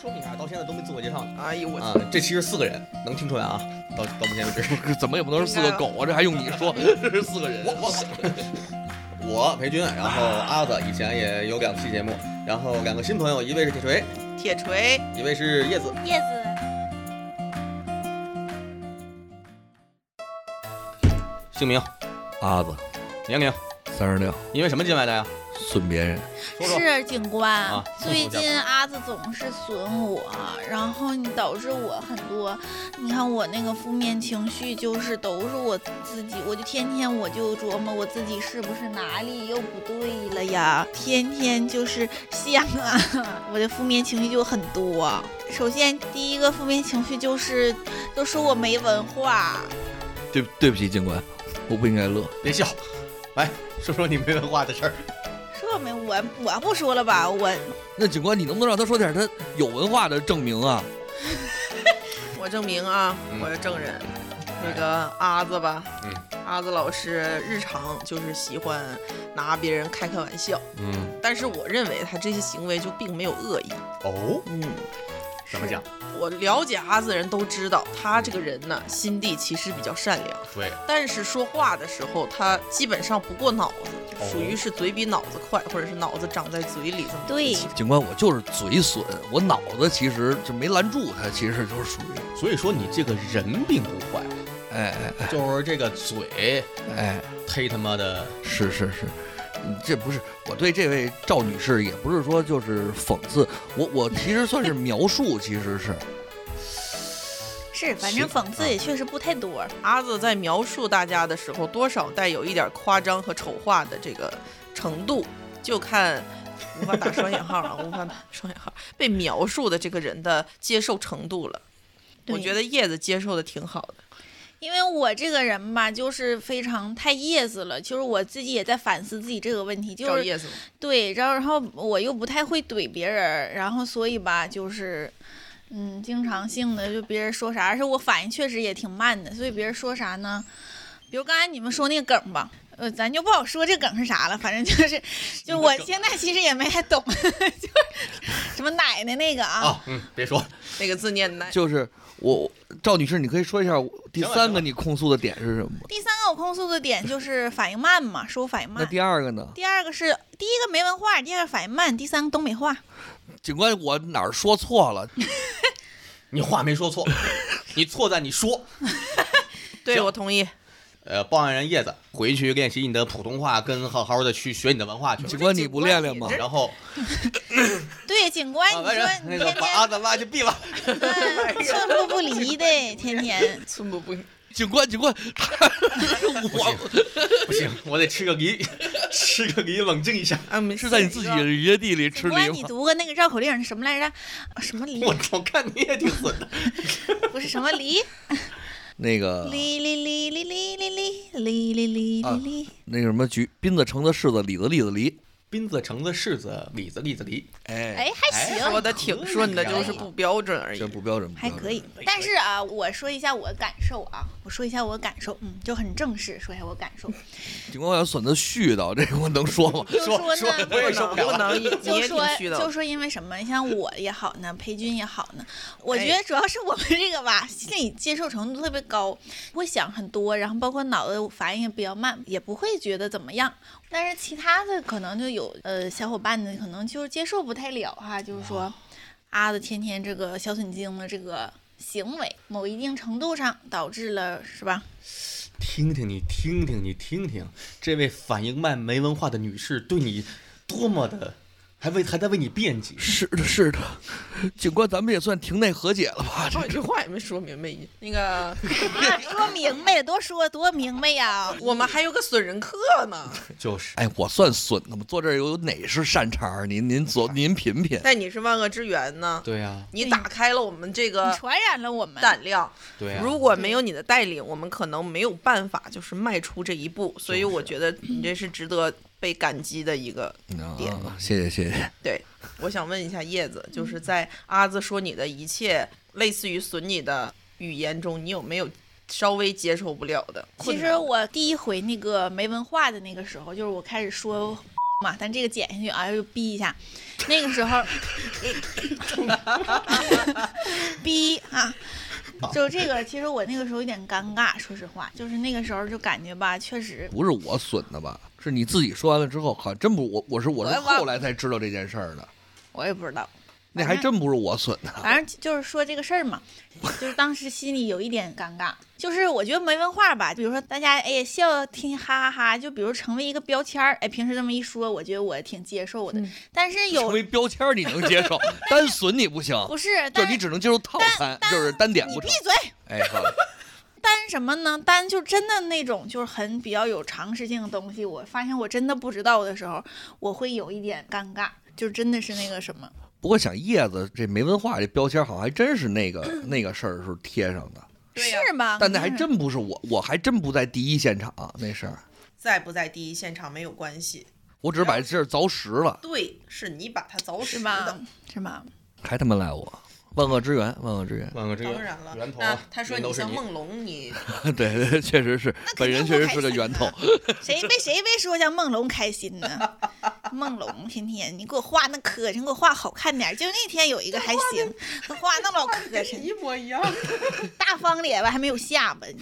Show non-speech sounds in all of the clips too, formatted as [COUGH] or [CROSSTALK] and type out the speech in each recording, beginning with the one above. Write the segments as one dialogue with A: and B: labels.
A: 说明啥，啊到现在都没自我介绍呢。
B: 哎呦我
A: 啊，这其实四个人，能听出来啊？到到目前为止，
C: [LAUGHS] 怎么也不能是四个狗啊，这还用你说？ [LAUGHS] 这是四个人。
A: 我我我裴军，然后阿子以前也有两期节目，然后两个新朋友，一位是铁锤，
B: 铁锤，
A: 一位是叶子。
D: 叶子，
A: 姓名、
C: 阿子
A: 年龄，
C: 三十六，
A: 因为什么进来的呀？
C: 损别人。
A: 说说。
D: 是警官。
A: 啊
D: 最近阿子总是损我，然后你导致我很多，你看我那个负面情绪就是都是我自己，我就天天我就琢磨我自己是不是哪里又不对了呀，天天就是想啊，我的负面情绪就很多。首先第一个负面情绪就是都说我没文化，
C: 对对不起，警官，我不应该乐。
A: 别笑，来说说你没文化的事儿。
D: 说我没我我不说了吧，我
C: 那警官，你能不能让他说点他有文化的证明啊？
B: 我证明啊
A: 嗯，
B: 我是证人。那个阿子吧，
A: 嗯
B: 阿子老师日常就是喜欢拿别人开开玩笑，
A: 嗯，
B: 但是我认为他这些行为就并没有恶意。
A: 哦，
B: 嗯，
A: 怎么讲？
B: 我了解阿子的人都知道，他这个人呢，心地其实比较善良，
A: 对，
B: 但是说话的时候他基本上不过脑子，就
A: 哦
B: 属于是嘴比脑子快，或者是脑子长在嘴里这么一个
D: 对
B: 情况
C: 警官，我就是嘴损，我脑子其实就没拦住他，其实就是属于，
A: 所以说你这个人并不坏，
C: 哎哎
A: 就是这个嘴
C: 哎，
A: 忒他妈的
C: 是是是。嗯这不是我对这位赵女士，也不是说就是讽刺我，我其实算是描述，其实是
D: 是反正讽刺也确实不太多。
B: 阿子在描述大家的时候，多少带有一点夸张和丑化的这个程度，就看无法打双引号啊，无法打双引号被描述的这个人的接受程度了。我
D: 对
B: 觉得叶子接受的挺好的，
D: 因为我这个人吧，就是非常太叶子了，就是我自己也在反思自己这个问题，
B: 照
D: 就是
B: 叶子嘛
D: 对，然后然后我又不太会怼别人，然后所以吧，就是嗯，经常性的就别人说啥，而且我反应确实也挺慢的，所以别人说啥呢？比如刚才你们说那个梗吧。呃，咱就不好说这梗是啥了，反正就是，就是我现在其实也没太懂， [LAUGHS] 就是什么奶奶那个
B: 哦
D: 啊，
A: 啊，嗯，别说了，
B: 那个字念奶，
C: 就是我赵女士，你可以说一下我第
A: 行了
C: 三
A: 行了
C: 个你控诉的点是什么吗？
D: 第三个我控诉的点就是反应慢嘛，说我反应慢
C: 那。第二个呢？
D: 第二个是第一个没文化，第二个反应慢，第三个东北话。
C: 警官，我哪儿说错了？
A: 你话没说错，你错在你说。
B: 对
A: 行
B: 我同意。
A: 呃，报案人叶子，回去练习你的普通话，跟好好的去学你的文化去
C: 警
A: 了。
C: 官，你不练练吗？
A: 然后，
D: 对，警官，
A: 啊，
D: 你
A: 完
D: 说
A: 人
D: 你
A: 那个
D: 天
A: 把阿
D: 天
A: 德拉就 [LAUGHS] 毙了。
D: 嗯寸步不离的，天天
B: 寸步不
C: 警官， [LAUGHS] 警官，他我
A: 不行，我得吃个梨， [LAUGHS] 吃个梨冷静一下。 [LAUGHS]
B: 啊，没事
C: 是在你自己的
B: 一个
C: 野地里吃
D: 警官，
C: 梨
D: 你
C: 吗？
D: 读个那个绕口令什么来着？啊什么梨
A: 我？啊我看你也挺损的。 [LAUGHS]
D: 不是什么梨？
C: 那个
D: [LAUGHS] 梨梨梨梨梨梨梨梨梨梨
C: 啊
D: 梨梨。
C: 那个什么橘，斌子橙子柿子李子栗子梨。
A: 槟子、橙子、柿子、李子、栗子、梨，
C: 哎，
D: 哎，还行，
B: 说的挺顺的，就是不标准而已
C: 这。不标准，不
D: 还
C: 标准
D: 可以。
A: 嗯
D: 但是啊，我说一下我感受啊，我说一下我感受，嗯，就很正式，说一下我感受。
C: 警官，我想损他絮叨，这个我能说
A: [LAUGHS]
C: 吗？
D: 就
A: 说
D: [LAUGHS] 说呢，
A: 说我也受
B: 能
A: 不了
B: 不
A: 了。
D: [LAUGHS]
B: 能，你你
D: 就
B: 也
D: 说
B: 挺虚
D: 就
B: 的。
D: 说因为什么？你像我也好呢，裴军也好呢，我
B: 哎
D: 觉得主要是我们这个吧，心理接受程度特别高，会想很多，然后包括脑子反应也比较慢，也不会觉得怎么样。但是其他的可能就有呃小伙伴呢，可能就是接受不太了哈，就是
B: 哦
D: 说啊阿的天天这个小损精的这个行为，某一定程度上导致了
B: [LAUGHS]
D: 是吧？
A: 听听你，听听你，听听这位反应慢、没文化的女士对你多么的，还为还在为你辩解。
C: 是的，是的，警官，咱们也算庭内和解了
D: [LAUGHS]
C: 吧？
B: 哦，你这话也没说明白一，那个
D: 啊，说明白了，多说多明白呀、
B: [LAUGHS] 我们还有个损人课
C: [LAUGHS]
B: 呢。
A: 就是，
C: 哎，我算损的吗？坐这儿有哪是善茬儿？您您左您品
D: [LAUGHS]
C: 品。
B: 但你是万恶之源呢，
A: 对呀、
B: 你打开了我们这
D: 你
B: 个
D: 传染了我们。
B: 胆量。
A: 对啊呀、
B: 如果没有你的带领，我们可能没有办法就是迈出这一步。所以我觉得你这是值得被感激的一个。点
C: 啊，谢谢谢谢。
B: 对，我想问一下叶子，就是在阿子说你的一切类似于损你的语言中，你有没有稍微接受不了的困
D: 其
B: 难？
D: 实我第一回那个没文化的那个时候，就是我开始说嘛，咱这个剪下去啊，就逼一下。那个时候逼啊，就这个，其实我那个时候有点尴尬，说实话，就是那个时候就感觉吧，确实
C: 不是我损的吧？是你自己说完了之后，好像真不我我是我是
D: 我也忘
C: 后来才知道这件事儿的，
D: 我也不知道，
C: 那还真不是我损的。
D: 反正就是说这个事儿嘛，就是当时心里有一点尴尬，就是我觉得没文化吧，比如说大家哎呀笑，天天哈哈哈，就比如成为一个标签儿，哎，平时这么一说，我觉得我挺接受的，
B: 嗯
D: 但是
C: 成
D: 有
C: 为标签儿你能接受，
D: [LAUGHS]
C: 单损你不行，
D: 不是，
C: 就
D: 但
C: 是你只能接受套餐，就是单点不
D: 闭
C: 成。
D: 嘴，
C: 哎，好的，
D: 单什么呢？单就真的那种就是很比较有常识性的东西，我发现我真的不知道的时候，我会有一点尴尬，就真的是那个
C: [LAUGHS]
D: 什么。
C: 不过想叶子这没文化这标签，好像还真是那个那个事儿是贴上的，
B: 对呀
D: 是吧？
C: 但那还真不是我，我还真不在第一现场啊那事儿，
B: 在不在第一现场没有关系，
C: 我只是把这事儿凿实了，
B: 对，是你把它凿
D: [LAUGHS]
B: 实
D: 是吧
B: 的。？
D: 是吧？
C: 还他妈赖我。万恶之源，万恶之源，
A: 万哥这个
B: 当然了
A: 源，头
B: 那
A: 啊，
B: 他说
A: 源头
B: 你
A: 是
B: 像
A: 你
B: 梦龙， [LAUGHS] 你
C: [LAUGHS] 对对，确实是，
D: 肯定
C: 本人确实是个源头。
D: 啊谁被谁被说像梦龙开心呢？梦龙天天你给我画那磕碜，你给我画好看点儿。就那天有一个还行，画那老磕碜，
B: 一模一样。
D: 大方脸吧还没有下巴，你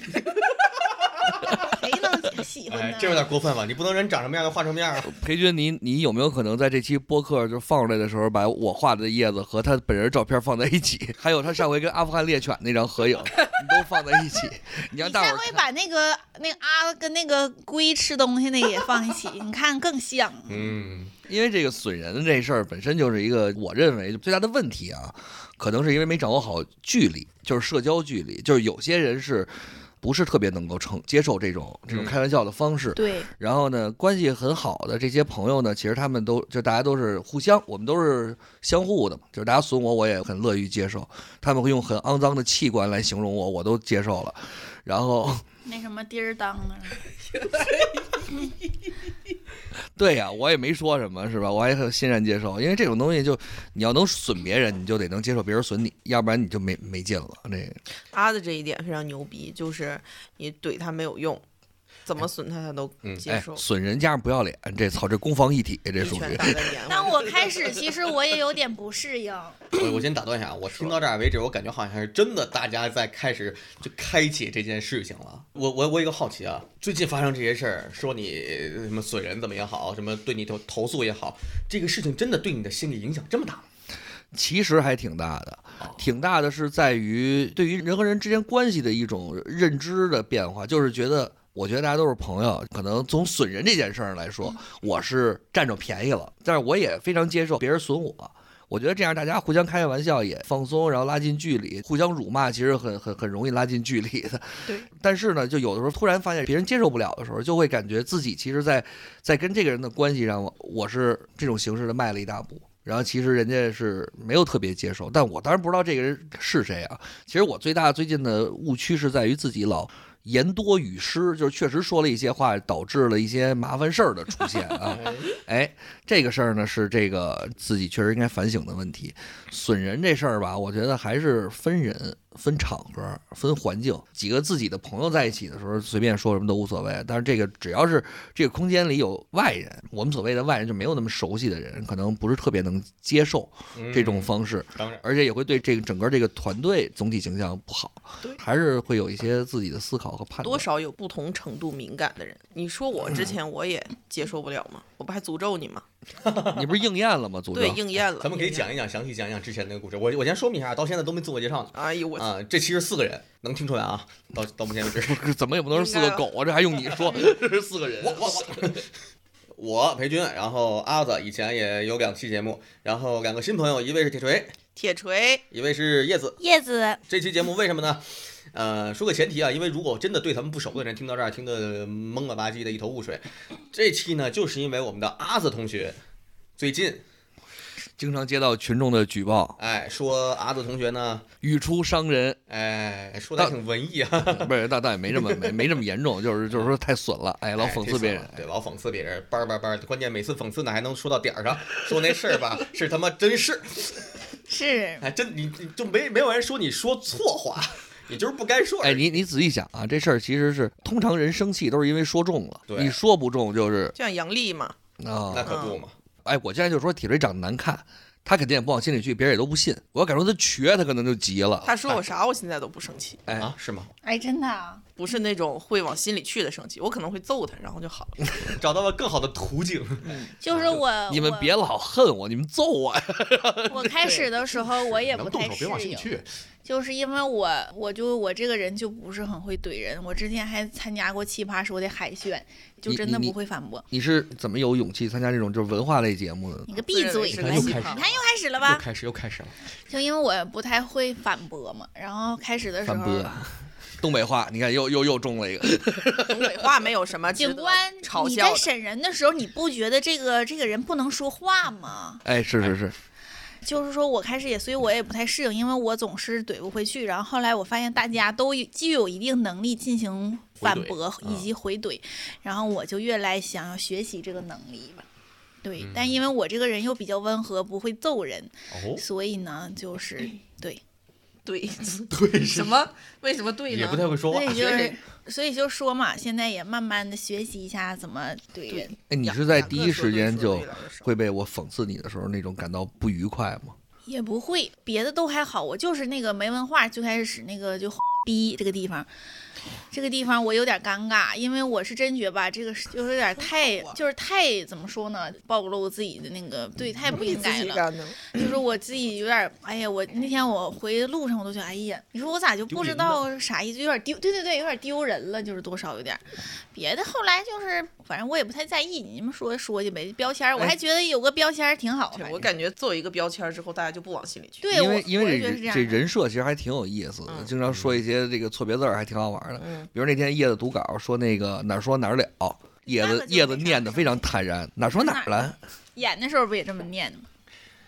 D: [LAUGHS] 谁能喜欢
A: 哎
D: 呢？，
A: 这有点过分了，你不能人长什么样就画什么样啊！
C: 裴军，你你有没有可能在这期播客就放出来的时候，把我画的叶子和他本人照片放在一起，还有他上回跟阿富汗猎犬那张合影，你都放在一起，你让
D: 你
C: 大伙
D: 下
C: 儿
D: 回
C: 看。
D: 把那个那个阿跟那个龟吃东西那也放一起，你看更像。
A: 嗯，
C: 因为这个损人的这事儿本身就是一个我认为最大的问题啊，可能是因为没掌握好距离，就是社交距离，就是有些人是不是特别能够承接受这种这种
A: 嗯
C: 开玩笑的方式，
D: 对，
C: 然后呢，关系很好的这些朋友呢，其实他们都就大家都是互相，我们都是相互的嘛，就是大家损我，我也很乐于接受。他们会用很肮脏的器官来形容我，我都接受了。然后， [LAUGHS]
D: 那什么滴儿当呢？
C: 对呀、我也没说什么，是吧？我还很欣然接受，因为这种东西就你要能损别人，你就得能接受别人损你，要不然你就没没劲了。这个
B: 他的这一点非常牛逼，就是你怼他没有用，怎么损他他都
A: 嗯
B: 接
C: 哎
B: 受，，
C: 损人加上不要脸，这操，这攻防一体，这
B: 一
C: 属
B: 拳
C: 于
B: 打在脸。
D: [LAUGHS] 但我开始其实我也有点不适应，
A: 我我先打断一下啊，我听到这儿为止，我感觉好像是真的，大家在开始就开启这件事情了。我我我有一个好奇啊，最近发生这些事儿，说你呃什么损人怎么也好，什么对你投投诉也好，这个事情真的对你的心理影响这么大吗？
C: 其实还挺大的，挺大的是在于对于人和人之间关系的一种认知的变化，就是觉得。我觉得大家都是朋友，可能从损人这件事儿来说，我是占着便宜了，但是我也非常接受别人损我。我觉得这样大家互相开开玩笑也放松，然后拉近距离，互相辱骂其实很很很容易拉近距离的。
B: 对。
C: 但是呢，就有的时候突然发现别人接受不了的时候，就会感觉自己其实在在跟这个人的关系上，我我是这种形式的迈了一大步。然后其实人家是没有特别接受，但我当然不知道这个人是谁啊。其实我最大最近的误区是在于自己老言多语失，就是确实说了一些话，导致了一些麻烦事儿的出现啊。哎，这个事儿呢是这个自己确实应该反省的问题。损人这事儿吧，我觉得还是分人、分场合、分环境。几个自己的朋友在一起的时候，随便说什么都无所谓。但是这个只要是这个空间里有外人，我们所谓的外人就没有那么熟悉的人，可能不是特别能接受
A: 嗯
C: 这种方式，
A: 当然，
C: 而且也会对这个整个这个团队总体形象不好
B: 对。
C: [LAUGHS] 还是会有一些自己的思考和判断。
B: 多少有不同程度敏感的人，你说我
A: 嗯
B: 之前我也接受不了吗？我不还诅咒你吗？
C: 你不是应验了吗？组
B: 对，
C: 长，
B: 应验了。
A: 哎咱们可以
B: 应验
A: 讲一讲，详细讲一讲之前那个故事。我我先说明一下，到现在都没自我介绍呢。
B: 了。哎呦我，
A: 啊、这其实四个人能听出来啊，到到目前为止。
C: [LAUGHS] 怎么也不能是四个
B: 应该
C: 狗啊！这还用你说？这是四个人。
A: 我我 [LAUGHS] 我我裴军，然后阿子以前也有两期节目，然后两个新朋友，一位是铁锤，
B: 铁锤，
A: 一位是叶子。
D: 叶子
A: 这期节目为什么呢？呃，说个前提啊，因为如果真的对咱们不熟的人听到这儿，听得懵了吧唧的，一头雾水。这期呢，就是因为我们的阿子同学最近，
C: 经常接到群众的举报，
A: 哎，说阿子同学呢，
C: 语出伤人， [LAUGHS]
A: 哎，说的挺文艺啊，
C: 不是，那倒也没这么没没这么严重，就是就是说太损了，哎，老
A: 哎
C: 讽
A: 这
C: 刺
A: 算
C: 别人
A: 了，对，老讽刺别人，叭叭叭，关键每次讽刺呢还能说到点儿上，说那事儿吧 [LAUGHS] 是他妈真事，
D: 是
A: 哎，真你你就没没有人说你说错话，你就是不该说而
C: 哎，
A: 已，
C: 你你仔细想啊，这事儿其实是通常人生气都是因为说中了，
A: 对
C: 你说不中就是
B: 就像杨丽嘛，
C: 啊
A: 那可不嘛。
C: 哎，我现在就说铁锤长得难看，他肯定也不往心里去，别人也都不信。我要敢说他瘸，他可能就急
A: 哦
C: 了。
B: 他说我啥，我现在都不生气，
C: 哎，
A: 啊，是吗？
D: 哎，真的啊，
B: 不是那种会往心里去的生气，我可能会揍他，然后就好了。
A: 找到了更好的途径，
D: 就是我
C: 你们别老恨我，你们揍我呀！ [LAUGHS]
D: 我我开始的时候我也不
E: 能动
D: 太
E: 手
D: 适
E: 别往心里
D: 应，
E: 去。
D: 就是因为我我就我这个人就不是很会怼人，我之前还参加过奇葩说的海选，就
C: 你
D: 真
C: 你
D: 的
C: 你
D: 不会反驳。
C: 你是怎么有勇气参加这种就是文化类节目的呢？
D: 你个闭嘴！
B: 是
D: 你
B: 个
C: 又
D: 看又
B: 奇
C: 开
B: 葩
C: 始
D: 开始了
A: 又
D: 吧？
A: 开始又开始了。
D: 就因为我不太会反驳嘛，然后开始的时
C: 反
D: 候
C: 驳，啊东北话，你看又又又中了一个。
D: [LAUGHS]
B: 东北话没有什么值
D: 警
B: 得
D: 官，
B: 嘲
D: 你
B: 笑
D: 在
B: 的。
D: 审人的时候，你不觉得这个这个人不能说话吗？
C: 哎，是是是，
D: 就是说我开始也，所以我也不太适应，因为我总是怼不回去。然后后来我发现大家都有具有一定能力进行反驳
A: 回怼
D: 以
B: 嗯
D: 及回怼，然后我就越来想要学习这个能力吧。对，
A: 嗯
D: 但因为我这个人又比较温和，不会揍人，
A: 哦，
D: 所以呢，
B: [CLEARS THROAT]
D: 就是对，
B: 对，
A: 对，是
B: 什么？为什么对呢？
A: 也不太会说话
D: 所。以就
B: 学
D: 是
B: 习，
D: 所以就说嘛，现在也慢慢的学习一下怎么怼人。
C: 哎，你
B: 两
C: 是在
B: 两
C: 第
B: 个
C: 一
B: 说
C: 时
B: 对
C: 间
B: 说
C: 就
B: 对了的时候
C: 会被我讽刺你的时候那种感到不愉快吗？
D: 也不会，别的都还好，我就是那个没文化，最开始使那个就逼这个地方，这个地方我有点尴尬，因为我是真觉吧，这个是就是有点太，就是太怎么说呢，暴露我自己的那个，对，太不应该了，
B: 干的吗？
D: 就是我自己有点，哎呀，我那天我回路上我都觉得，哎呀，你说我咋就不知道啥意思，有点丢，对对对，有点丢人了，就是多少有点，别的后来就是，反正我也不太在意，你们说说去呗，标签儿我
C: 哎
D: 还觉得有个标签儿挺好，
B: 对
D: 反
B: 我
D: 正
B: 感觉做一个标签儿之后，大家就不往心里去。
D: 对，
C: 因为
D: 我
C: 因
D: 我
C: 为
D: 也觉得是
C: 这
D: 这
C: 人
D: 样
C: 这
D: 的
C: 人设其实还挺有意思的，
B: 嗯
C: 经常说一些这个错别字儿还挺好玩的。
B: 嗯，
C: 比如那天叶子读稿说那个哪儿说哪儿了，叶
D: 那
C: 子
D: 个就
C: 叶
D: 没
C: 子
D: 啥
C: 念的
D: 事儿
C: 非常坦然，哪儿说哪儿了。
D: 演的时候不也这么念的吗？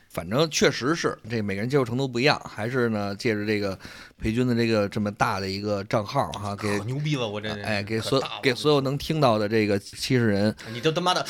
C: 反正确实是这每个人接受程度不一样，还是呢借着这个裴军的这个这么大的一个账号哈，给
A: 哎 [LAUGHS] 好牛逼了，我这人
C: 哎给
A: 可
C: 所
A: 大了
C: 给所有能听到的这个七十人
A: 你都他妈的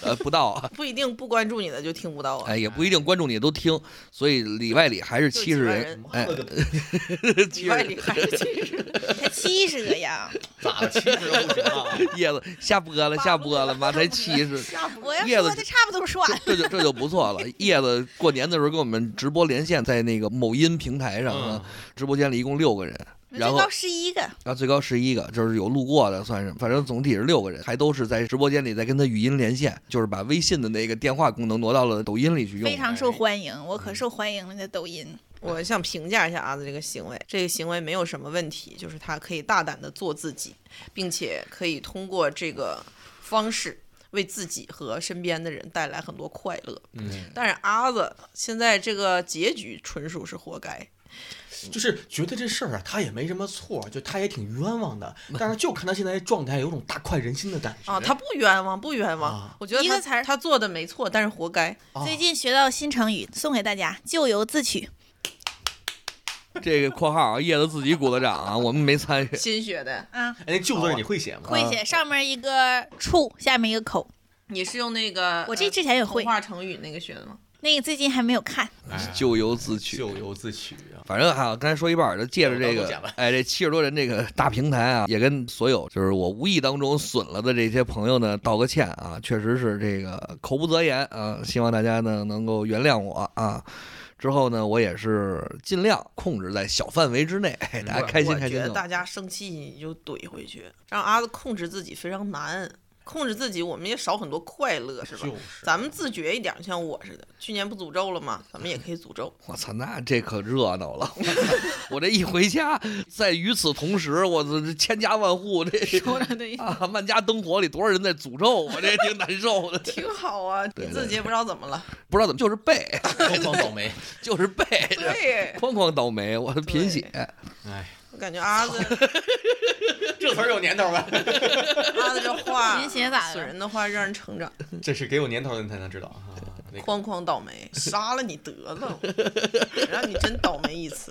C: 呃不到
A: [LAUGHS]
C: 啊，
B: 不一定不关注你的就听不到啊。
C: 哎也不一定关注你都听，所以里外里还是
B: 就
C: 七十
B: 几万
C: 人，
B: 人，
C: 哎
A: 妈了个
B: 几万里还是七十人。
D: 才七十个呀！
A: 咋了？七十都不行啊！
C: [LAUGHS] 叶子下播了下播了妈才七十。
B: [LAUGHS]
D: 我
C: [LAUGHS]
D: 要
C: 叶
D: 说
C: 子
D: 的差不多说完了。
C: 这就这就不错了。叶子过年的时候跟我们直播连线，在那个某音平台上
A: 嗯
C: 啊，直播间里一共六个人，
D: 最
C: 然后
D: 高十一个，
C: 然后最高十一个，就是有路过的，算是，反正总体是六个人，还都是在直播间里在跟他语音连线，就是把微信的那个电话功能挪到了抖音里去用
D: 非。常受欢迎，
C: 嗯
D: 我可受欢迎了，在抖音。
B: 我 [LAUGHS] 想评价一下阿子这个行为，这个行为没有什么问题，就是他可以大胆的做自己，并且可以通过这个方式为自己和身边的人带来很多快乐。
A: 嗯，
B: 但是阿子现在这个结局纯属是活该，
A: 就是觉得这事儿啊，他也没什么错，就他也挺冤枉的，
C: 嗯
A: 但是就看他现在这状态，有种大快人心的感觉
B: 啊，他不冤枉，不冤枉，
A: 啊
B: 我觉得
D: 一
B: 他
D: 个词儿
B: 他做的没错，但是活该。
C: 哦
A: 啊
D: 最近学到新成语，送给大家，咎由自取。
C: 这个括号啊，叶子自己鼓的掌啊，我们没参与。
B: 新学的，
A: 哎，那旧字儿你会写吗？
C: 哦
D: 会
C: 嗯
D: 写上面一个处，下面一个口。
B: 你是用那个
D: 我这
B: 呃
D: 之前也会
B: 童话成语那个学的吗？
D: 那个最近还没有看，
A: 哎
C: 咎由自取。
A: 咎由自取啊！
C: 反正哈、刚才说一半儿，就借着这
A: 我
C: 个
A: 都讲完，
C: 哎，这七十多人这个大平台
B: [LAUGHS]
C: 啊，也跟所有就是我无意当中损了的这些朋友呢道个歉啊，确实是这个口不择言啊，希望大家呢能够原谅我啊。之后呢，我也是尽量控制在小范围之内，哎大家
A: 我
C: 开
B: 嗯
C: 心
B: 我
C: 开
B: 觉
C: 心
B: 得
C: 就
B: 大
C: 好。
B: 家生气你就怼回去，让阿子控制自己非常难，控制自己我们也少很多快乐，是吧？
A: 就是
B: 咱们自觉一点，像我似的，去年不诅咒了吗？咱们也可以诅 [LAUGHS] 咒。
C: 我操，那这可热闹
B: [LAUGHS]
C: 了！我这一回家，在与此同时，我这这千家万户这
B: 说了的。
C: 啊万家灯火里，多少人在诅咒我，这也挺难受的
B: [LAUGHS] 挺好啊，
C: 对
B: 你
C: 对
B: 自己也不知道怎么了。
C: 不知道怎么就是背，
A: [LAUGHS] 疯狂倒霉，
C: 就是背。
B: [LAUGHS] 对，
C: 哐哐倒霉，我的贫血。
A: 哎，
B: 我感觉阿子
A: [LAUGHS] 这词儿有年头吧？ [LAUGHS]
B: 阿子这 [LAUGHS] 话
D: 贫血咋了
B: 损人的话让人成长，
A: 这是给有年头的人才能知道啊。那个
B: 哐哐倒霉，杀了你得
A: [LAUGHS]
B: 了，让你真倒霉一次。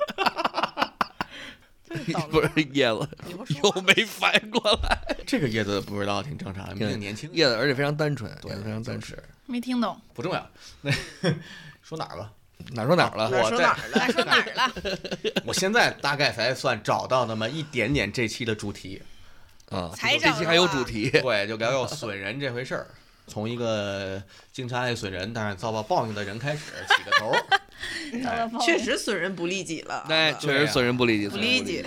B: 就是倒霉
C: 不是叶子
B: 以后说
C: 又没反应过来，
A: 这个叶子不知道挺正常的，毕竟年轻。
C: 叶子而且非常单纯，叶子非常
A: 对，
C: 单
A: 就
C: 纯，
A: 是
D: 没听懂。
A: 不重要。 [LAUGHS] 那说哪儿了？
C: 哪说哪儿
B: 哪
C: 了？
A: 我
B: 说
A: 在
B: 哪儿了？
D: 咱说哪儿了？
A: [LAUGHS] 我现在大概才算找到那么一点点这期的主题，
C: 啊，
D: 才
C: 这
D: 整
C: 期
D: 容
C: 还有
D: 啊
C: 主题，
A: 对，就聊聊损人这回事儿，从一个经常爱损人但是遭到报应的人开始起个头 [LAUGHS] 儿。哎
D: 哦
B: 确实损人不利己了。
C: [LAUGHS] 那
B: 啊
C: 哎确实损人不利己，
B: 不
C: 损人
B: 利
C: 不利
B: 己
C: 己，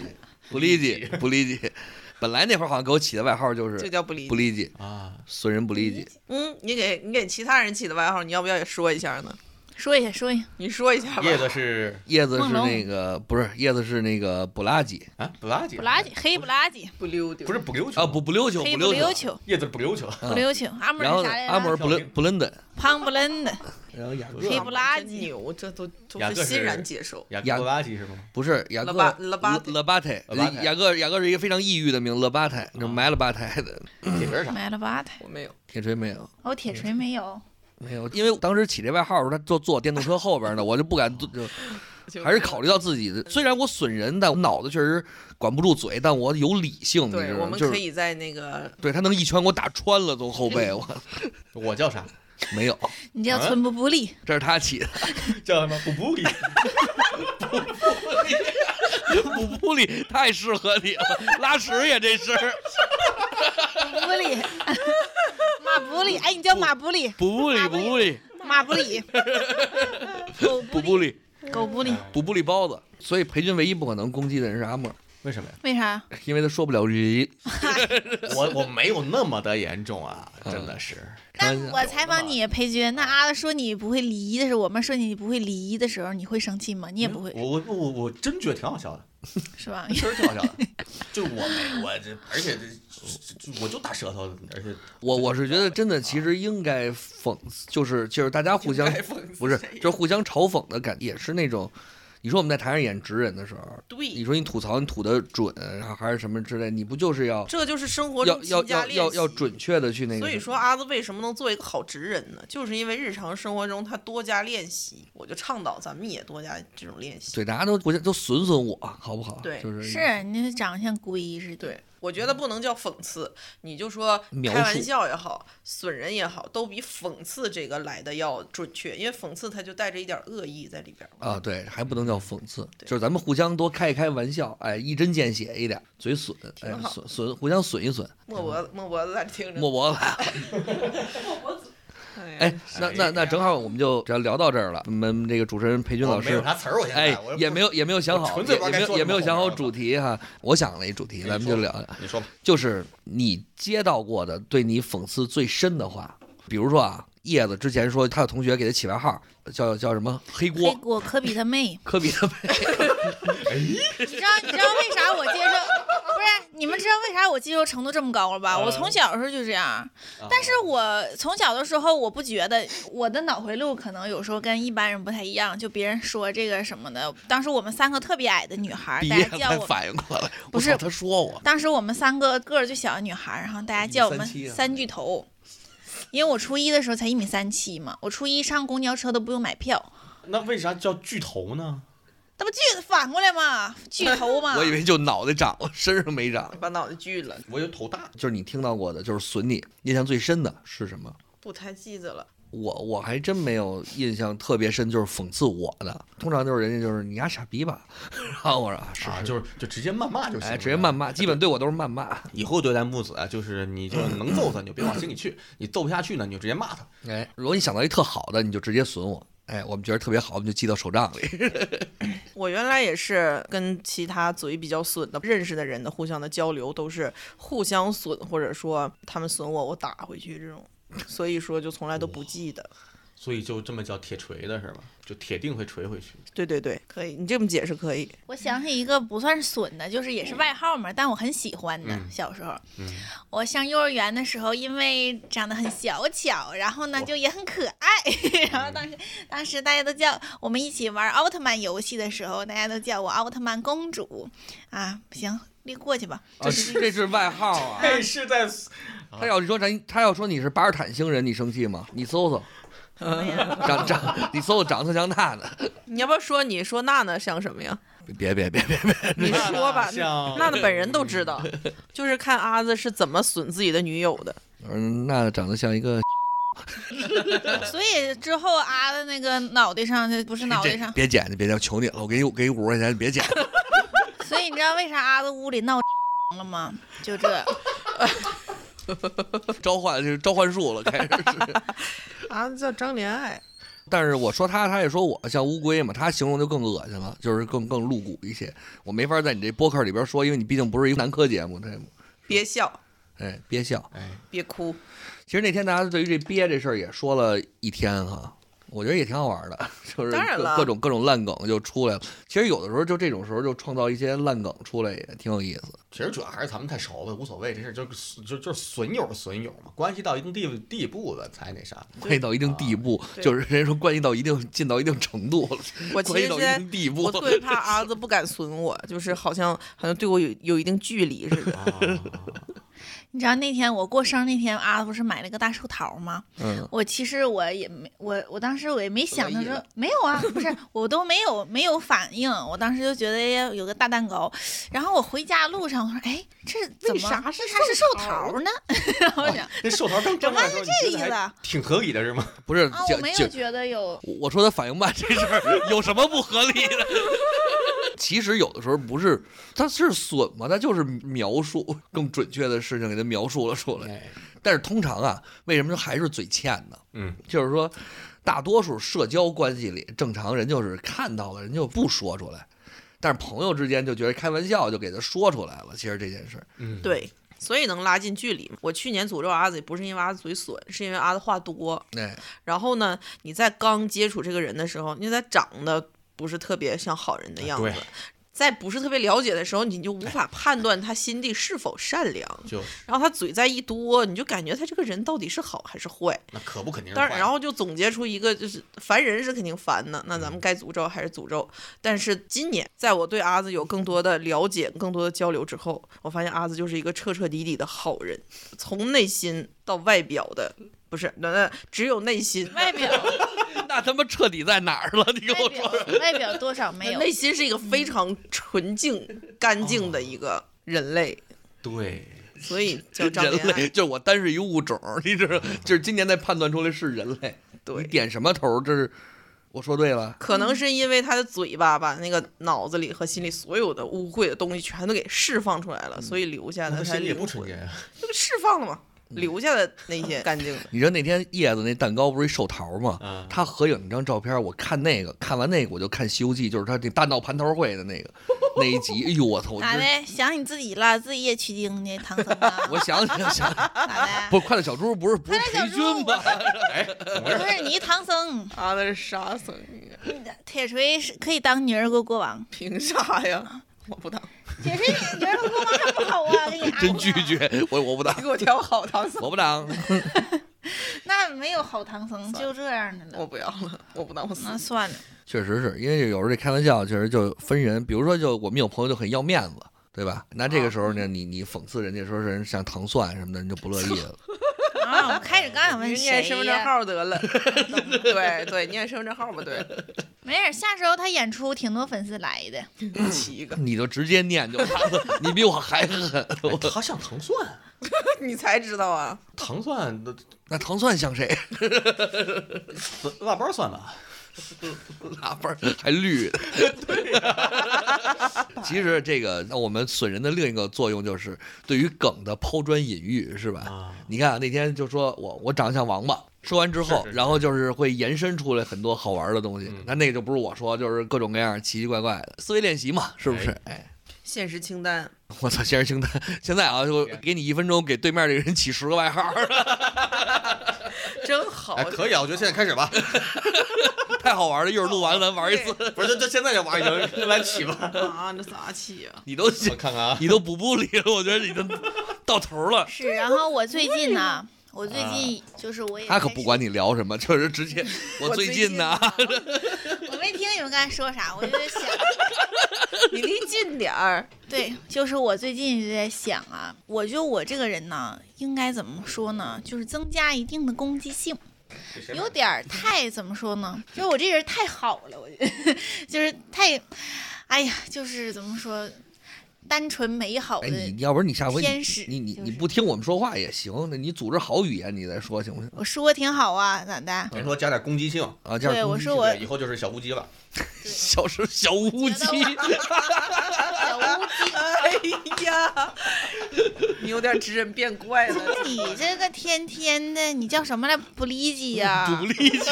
C: 不理解，不理解。本来那会儿好像给我起的外号就
B: 这
C: 是
B: 叫不利
C: 不
B: 己。
C: 理解，
A: 啊，
C: 损人不理解。
B: 嗯，你给你给其他人起的外号，你要不要也说一下呢？
D: 说一下说一下，
B: 你说一下吧。
A: 叶子是
C: 叶子是
D: 梦龙
C: 那个不是叶子是那个不拉几
A: 啊，不拉几，
D: 不拉几，黑不拉几，
B: 不溜丢，
A: 不是不溜球
C: 啊，不不溜球，
D: 黑
C: 溜
D: 溜
C: 球。
D: 球，
A: 叶子不溜 [LAUGHS] 球，
D: 不溜球，阿姆
C: 然后
D: 尔
C: 呢
D: 啥来着？
C: 阿姆尔布伦布伦登，
D: 胖不愣的，
C: 然后雅各
D: 黑不拉
B: 真
D: 几，
B: 牛，这都都
A: 雅
B: 是
A: 各
B: 欣然
A: 是
B: 接受。
A: 雅
C: 雅
A: 各布拉几是吗？
C: 不是雅各
B: 勒巴勒巴泰
C: 勒巴泰
A: 勒巴泰
C: 雅各雅各是一个非常抑郁的名字，勒巴泰，就埋了吧台的
A: 铁锤啥？
D: 买了吧台，
B: 我没有，
C: 铁锤没有。
D: 哦，铁锤没有，
C: 没有，因为当时起这外号的时候，他坐坐电动车后边呢，我就不敢坐，
B: [LAUGHS]
C: 就
B: 就
C: 还是考虑到自己的。虽然我损人，但我脑子确实管不住嘴，但我有理性，你
B: 对，
C: 知
B: 我
C: 道吗？
B: 们
C: 就
B: 可
C: 是
B: 以在那个
C: 对他能一拳给我打穿了，从后背，我
A: 我叫啥？
C: 没有，
D: 你叫
C: 啊
D: 寸步不离，
C: 这是他起的。
A: 叫什么？布布里。
C: 补布里太适合你了，拉屎也这身儿，
D: 不离，马不离，哎，你叫马不离，
C: 补布里补
B: [LAUGHS]
C: 布里
D: 马不离，狗不
C: 补布
D: 理，
C: 里
D: 狗不理，
C: 补布里包子。所以裴军唯一不可能攻击的人是阿莫，
A: [LAUGHS] 为什么呀？
D: 为啥？
C: 因为他说不了日语。
A: 我我没有那么的严重啊，真的是。
C: 开玩
D: 那
C: 笑
D: 我采访你，裴军，那阿说你不会离的时候，我们说你不会离的时候，你会生气吗？你也不
C: 嗯
D: 会，
A: 我我我我真觉得挺好笑的，
D: 是吧？
A: 确实挺好笑的。就我没我这，而且这这我就大舌头，而且
C: 我我是觉得真的，其实应该讽，刺，就是就是大家互相不是，就是互相嘲讽的感觉，也是那种。你说我们在台上演直人的时候，你
B: 对，
C: 说你吐槽你吐的准，然后还是什么之类，你不就是要
B: 这就是生活
C: 要
B: 中
C: 要
B: 勤加
C: 要
B: 练
C: 要
B: 习
C: 要。准确的去那个？
B: 所以说，阿子为什么能做一个好职人呢？就是因为日常生活中他多加练习。我就倡导咱们也多加这种练习。
C: 对，大家都国家都损损我，好不好？
B: 对
C: 就是
D: 是，你长得像龟似的。
B: 对，我觉得不能叫讽刺，你就说
C: 描
B: 开
C: 述
B: 玩笑也好，损人也好，都比讽刺这个来的要准确，因为讽刺它就带着一点恶意在里边嘛。
C: 啊，对，还不能叫讽刺，
B: 对
C: 就是咱们互相多开一开玩笑，哎，一针见血一点，嘴损，哎
B: 挺，好
C: 损损，互相损一损，
B: 莫脖子，莫脖子在这听着，
C: 抹脖子。
B: 哎
C: 哎，那那那正好，我们就只要聊到这儿了。我们这个主持人裴军老
A: 哦我没有
C: 师，
A: 啥词儿，我现在
C: 哎
A: 我，
C: 也没有也没有想
A: 我
C: 好，
A: 纯
C: 也
A: 粹
C: 也
A: 不知道
C: 没
A: 该
C: 有
A: 说
C: 也没有
A: 什么
C: 想
A: 好
C: 好
A: 了
C: 主题哈。我想了一主题，咱们就聊聊，
A: 你说吧，
C: 就是你接到过的对你讽刺最深的话，比如说啊，叶子之前说他有同学给他起外号叫叫什么黑
D: 黑
C: 锅。
D: 锅科比他妹，
C: 科比
A: 啊
C: 他妹，哎
D: 你知道你知道为啥我接受？不是你们知道为啥我接受程度这么高了吧？我
C: 嗯
D: 从小的时候就这样，
C: 啊
D: 但是我从小的时候我不觉得我的脑回路可能有时候跟一般人不太一样，就别人说这个什么的，当时我们三个特别矮的女孩，
C: 毕
D: 大
C: 业
D: 家叫
C: 才
D: 我们
C: 反应过来，
D: 不
C: 我
D: 是
C: 操他说我，
D: 当时我们三个个儿最小的女孩儿，然后大家叫我们
C: 一米三七啊
D: 三巨头，因为我初一的时候才一米三七嘛，我初一上公交车都不用买票，
A: 那为啥叫巨头呢？
D: 那不巨反过来嘛，巨头嘛
C: [LAUGHS]
A: 啊
C: 我。以为就脑袋长了，身上没长。
B: 把脑袋锯了，
A: 我就头大，
C: 就是你听到过的，就是损你印象最深的是什么？
B: 不太记得了。
C: 我我还真没有印象特别深，就是讽刺我的，通常就是人家就是你丫傻逼吧， [LAUGHS] 然后我说啊是
A: 啊，
C: 是
A: 就是就直接谩骂就行
C: 哎
A: 了，
C: 直接谩骂，基本对我都是
A: [LAUGHS]
C: 谩骂，
A: 以后对待木子啊，就是你就是能揍他，你就别往心里去；你揍不下去呢，你就直接骂他。
C: 哎，如果你想到一特好的，你就直接损我，哎，我们觉得特别好，我们就记到手账里，
B: 我原来也是跟其他嘴比较损的认识的人的互相的交流，都是互相损，或者说他们损我，我打回去这种，所以说就从来都不记得。
A: 所以就这么叫铁锤的是吧？就铁定会锤回去。
B: 对对对，可以，你这么解释可以。
D: 我想起一个不算是损的，就是也是外号嘛，但我很喜欢的。
A: 嗯
D: 小时候，
A: 嗯
D: 我上幼儿园的时候，因为长得很小巧，然后呢
A: 哇
D: 就也很可爱， [LAUGHS] 然后当时
A: 嗯
D: 当时大家都叫我们一起玩奥特曼游戏的时候，大家都叫我奥特曼公主啊，行，略
A: [LAUGHS]
D: 过去吧。
C: 啊，这是外号啊。
A: 这是在啊
C: 他要说咱，他要说你是巴尔坦星人，你生气吗？你搜搜，长长，你搜搜长特像娜娜，
B: 你要不要说？你说娜娜像什么呀？
C: [LAUGHS] 别别别别别，
B: 你说吧，
A: 像
B: 娜娜本人都知道，就是看阿子是怎么损自己的女友的。
C: 我说娜娜嗯长得像一个，
D: 所以之后啊的那个脑袋上，不是脑袋
C: 这
D: 上，
C: 别剪，别剪，我求你了，我给你我给你五十块钱，你别剪。
A: [LAUGHS]
D: 所以你知道为啥阿子屋里闹了吗？就这，
C: 召唤就是召唤术了，开始是。
B: 啊，叫张怜爱，
C: 但是我说他，他也说我像乌龟嘛，他形容就更恶心了，就是更更露骨一些。我没法在你这播客里边说，因为你毕竟不是一个男科节目，对吗？
B: 别笑，
C: 哎，憋笑。
A: 哎，
B: 别哭，
C: 其实那天大家对于这憋这事儿也说了一天哈，我觉得也挺好玩的，就是
B: 当然
C: 各
B: 了
C: 各种各种烂梗就出来了。其实有的时候就这种时候就创造一些烂梗出来也挺有意思。
A: 其实主要还是咱们太熟了，无所谓，这事儿就是就就是损友损友嘛，关系到一定地地步了才那啥。
C: 关系到一定地步，
B: 对
C: 就是人家说关系到一定进到一定程度了，
B: 我其
C: 关
B: 实
C: 系到
B: 现
C: 一
B: 在
C: 定地步
B: 我。最怕阿子不敢损我，就是好像好像对我有有一定距离似
A: [LAUGHS]
B: 的。
A: 啊，
D: 你知道那天我过生日那天，阿、不是买了个大寿桃吗？
C: 嗯，
D: 我其实我也没我我当时我也没想
C: 乐
D: 到
C: 意
D: 说
C: 了
D: 没有
C: [LAUGHS]
D: 啊，不是我都没有没有反应，我当时就觉得要有个大蛋糕，然后我回家路上我说哎这怎
B: 为
D: 么
B: 啥是
D: 它是
B: 寿
D: 寿
B: 桃
D: 桃呢？ [LAUGHS] 然
C: 哦
D: 后我想
A: 那寿桃刚蒸来的时候，你
D: 这
A: 觉
D: 意
A: 得还
D: 思。
A: 挺合理的是吗？
C: 不是，
D: 啊，
C: 就
D: 我没有
C: 就
D: 觉得有，
C: 我我说他反应慢这事儿有什么不合理 [LAUGHS] 的？其实有的时候不是，他是损嘛，他就是描述更准确的事情给他描述了出来。
A: 哎
C: 但是通常啊，为什么还是嘴欠呢？
A: 嗯，
C: 就是说，大多数社交关系里，正常人就是看到了，人就不说出来。但是朋友之间就觉得开玩笑，就给他说出来了。其实这件事儿，
A: 嗯，
B: 对，所以能拉近距离嘛。我去年诅咒阿子，不是因为阿子嘴损，是因为阿子话多。
C: 哎，
B: 然后呢，你在刚接触这个人的时候，你在长得不是特别像好人的样子
A: 啊对，
B: 在不是特别了解的时候，你就无法判断他心地是否善良。
A: 就是
B: 然后他嘴再一多，你就感觉他这个人到底是好还是坏。
A: 那可不肯定是
B: 但
A: 坏
B: 是
A: 的。
B: 然后就总结出一个，就是烦人是肯定烦的，那咱
C: 嗯
B: 们该诅咒还是诅咒。但是今年，在我对阿子有更多的了解、更多的交流之后，我发现阿子就是一个彻彻底底的好人，从内心到外表的，不是，那那只有内心，
D: [LAUGHS] 外表
C: 那他妈彻底在哪儿了？你跟
D: 外
C: 我说
D: 表，外表多少 [LAUGHS] 没有，嗯
B: 内心是一个非常纯净、干净
C: 哦
B: 的一个人类，
A: 对，
B: 所以叫张
C: 人
B: 恋
C: 类
B: 爱。
C: 就是我单是一物种，你
B: [LAUGHS]
C: 知道，就是今年才判断出来是人类。你
B: 对，
C: 点什么头儿？这是我说对了。
B: 可能是因为他的嘴巴把那个脑子里和心里所有的污秽的东西全都给释放出来了，所以留下
A: 那
B: 的
A: 他
B: 他
A: 心里也
B: 灵
A: 不
B: 魂
A: 纯洁啊。
B: 就释放了嘛，留下的那些干净
C: [LAUGHS]
B: 的。
C: 你知道那天叶子那蛋糕不是一寿桃吗？
A: 啊
C: 他合影那张照片，我看那个，看完那个我就看《西游记》，就是他这大闹蟠桃会的那个那一集。哎呦我操！我
D: 咋
C: 真，
D: 的？想你自己了，自己也取经呢，唐僧啊
C: 我想想想，
D: 咋的？
C: 不是快乐小猪，不是不是
D: 快乐小
C: 裴
D: 猪
C: 军吧？
D: 不是你唐 [LAUGHS] 僧，
B: 啊，那是啥声音？
D: 铁锤是可以当女儿国国王，
B: 凭啥呀？我不当，
D: 铁锤女儿国国王还不好啊，给你安
C: [LAUGHS] [LAUGHS] 真
D: 排
C: 拒绝，我我不当
B: 你，给我挑好唐
C: [LAUGHS]
B: 僧，
C: 我不当。
D: 那没有好唐僧，就这样的了。
B: 我不要了，我不当，我死。
D: 那算了，
C: 确实是因为有时候这开玩笑，确实就分人。比如说，就我们有朋友就很要面子，对吧？那这个时候呢，你你讽刺人家说是人像糖蒜什么的，人就不乐意了。
D: 啊，我开始刚想问
B: 你
D: 谁
B: 念
D: 呀
B: 身份证号得了，对对，念身份证号吧，对，
D: 没事儿，下周他演出挺多粉丝来的。
B: 起一个， [LAUGHS]
C: 你就直接念就完了，你比我还狠。
A: 哎他像糖蒜，
B: 你才知道啊，
A: 糖蒜那
C: 那糖蒜像谁？
A: 腊八蒜吧？
C: 拉瓣儿还绿的。其实这个，那我们损人的另一个作用就是对于梗的抛砖引玉，是吧？
A: 啊
C: 你看啊那天就说我我长得像王八，说完之后，
A: 是是是
C: 然后就是会延伸出来很多好玩的东西
A: 嗯。
C: 那、那个就不是我说，就是各种各样奇奇怪怪的思维练习嘛，是不是？哎，
B: 现实清单，
C: 我操，先生清单，现在啊，就给你一分钟，给对面这个人起十个外号，
B: 真好，
A: 哎，可以啊，我觉得现在开始吧。
C: 太好玩了。一会儿录完咱玩一次，
A: 不是，这这现在就玩儿，就来起
B: [LAUGHS]
A: 吧。
B: 啊，这咋起啊？
C: 你都
A: 我看看啊，
C: 你都补不理了，我觉得你都到头
D: [LAUGHS]
C: 了。
D: 是，然后我最近呢，我最近就是我也
C: 啊他可
D: 开
C: 不
D: 始
C: 管你聊什么，就是直
D: [LAUGHS]
C: 接我最近呢，
D: 我没听你们刚才说啥，我就在想， [LAUGHS]
B: 你离近点儿，
D: 对，就是我最近就在想啊，我觉得我这个人呢，应该怎么说呢，就是增加一定的攻击性。有点儿太怎么说呢？就是我这 [LAUGHS] 人太好了，我觉得就是太，哎呀，就是怎么说，单纯美好
C: 哎，你
D: 的。
C: 你要不然你下回
D: 天
C: 你
D: 使
C: 你你
D: 就
C: 你
D: 是
C: 不听我们说话也行，那你组织好语言你再说行不行？
D: 我说挺好啊，咋的？
A: 别说加点攻击性，
C: 啊，这
D: 对，
C: 样
D: 我
C: 攻击
D: 说
C: 性
D: 我
A: 对，以后就是小乌鸡了。
C: 小时小乌鸡，
D: 小乌鸡，
B: 哎呀，你有点指人变怪 [LAUGHS] 了。
D: 你这个天天的，你叫什么来？不理解啊
C: [LAUGHS]
B: 啊
D: 呀？
C: 独立
B: [LAUGHS]
C: 鸡，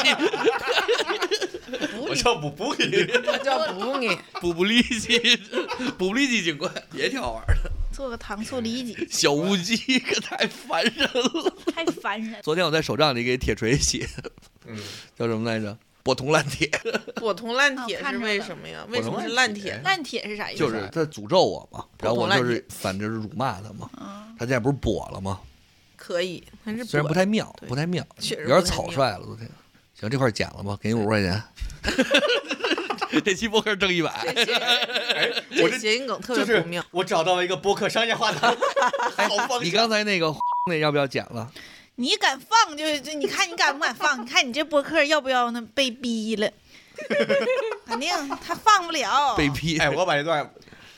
A: 我叫补补给，
B: 我叫补你，
C: 补不利鸡， [LAUGHS] 补不利鸡警官也挺好玩
B: [LAUGHS]
C: 的。
D: 做个糖醋里脊，
C: 小乌鸡可太烦人了。
D: 太烦人了。
C: 昨天我在手账里给铁锤写
A: 嗯，
C: 叫什么来着？破铜烂铁，
B: 我同烂
D: 哦
B: 铁
D: 看
B: 是
D: 着
B: 为
D: 了
B: 什么呀？
A: 我
B: 为什
A: 同
B: 么是
A: 烂
B: 烂
A: 铁
B: 铁？
D: 烂铁是啥
B: 啊
D: 意思？
C: 就是他诅咒我嘛，然
B: 破
C: 后
B: 铜
C: 我
B: 烂
C: 就是
B: 铁
C: 反正是辱骂他嘛。
D: 啊，
C: 他现在不是跛了吗？
B: 可以，但是
C: 虽然不
B: [LAUGHS] 不
C: 太妙，
B: 对
C: 不太妙，
B: 确实
C: 有点
B: 不太
C: 草
B: 妙
C: 率了。昨天，行，这块儿剪了吧，给你五十块
B: [LAUGHS]
C: 钱。这期播客挣一百，哎
A: 我
B: 这
A: 这
B: 谐音梗特
A: 就
B: 别
A: 是
B: 不妙。
A: 我找到一个播客商业化的好方
C: 你
A: 向。
C: 刚才那个 [LAUGHS] 那要不要剪了？
D: 你敢放就就，你看你敢不敢放？ [LAUGHS] 你看你这播客要不要呢？被逼了，肯定他放不
B: 哦
D: 了。
C: 被批。
A: 哎，我把这段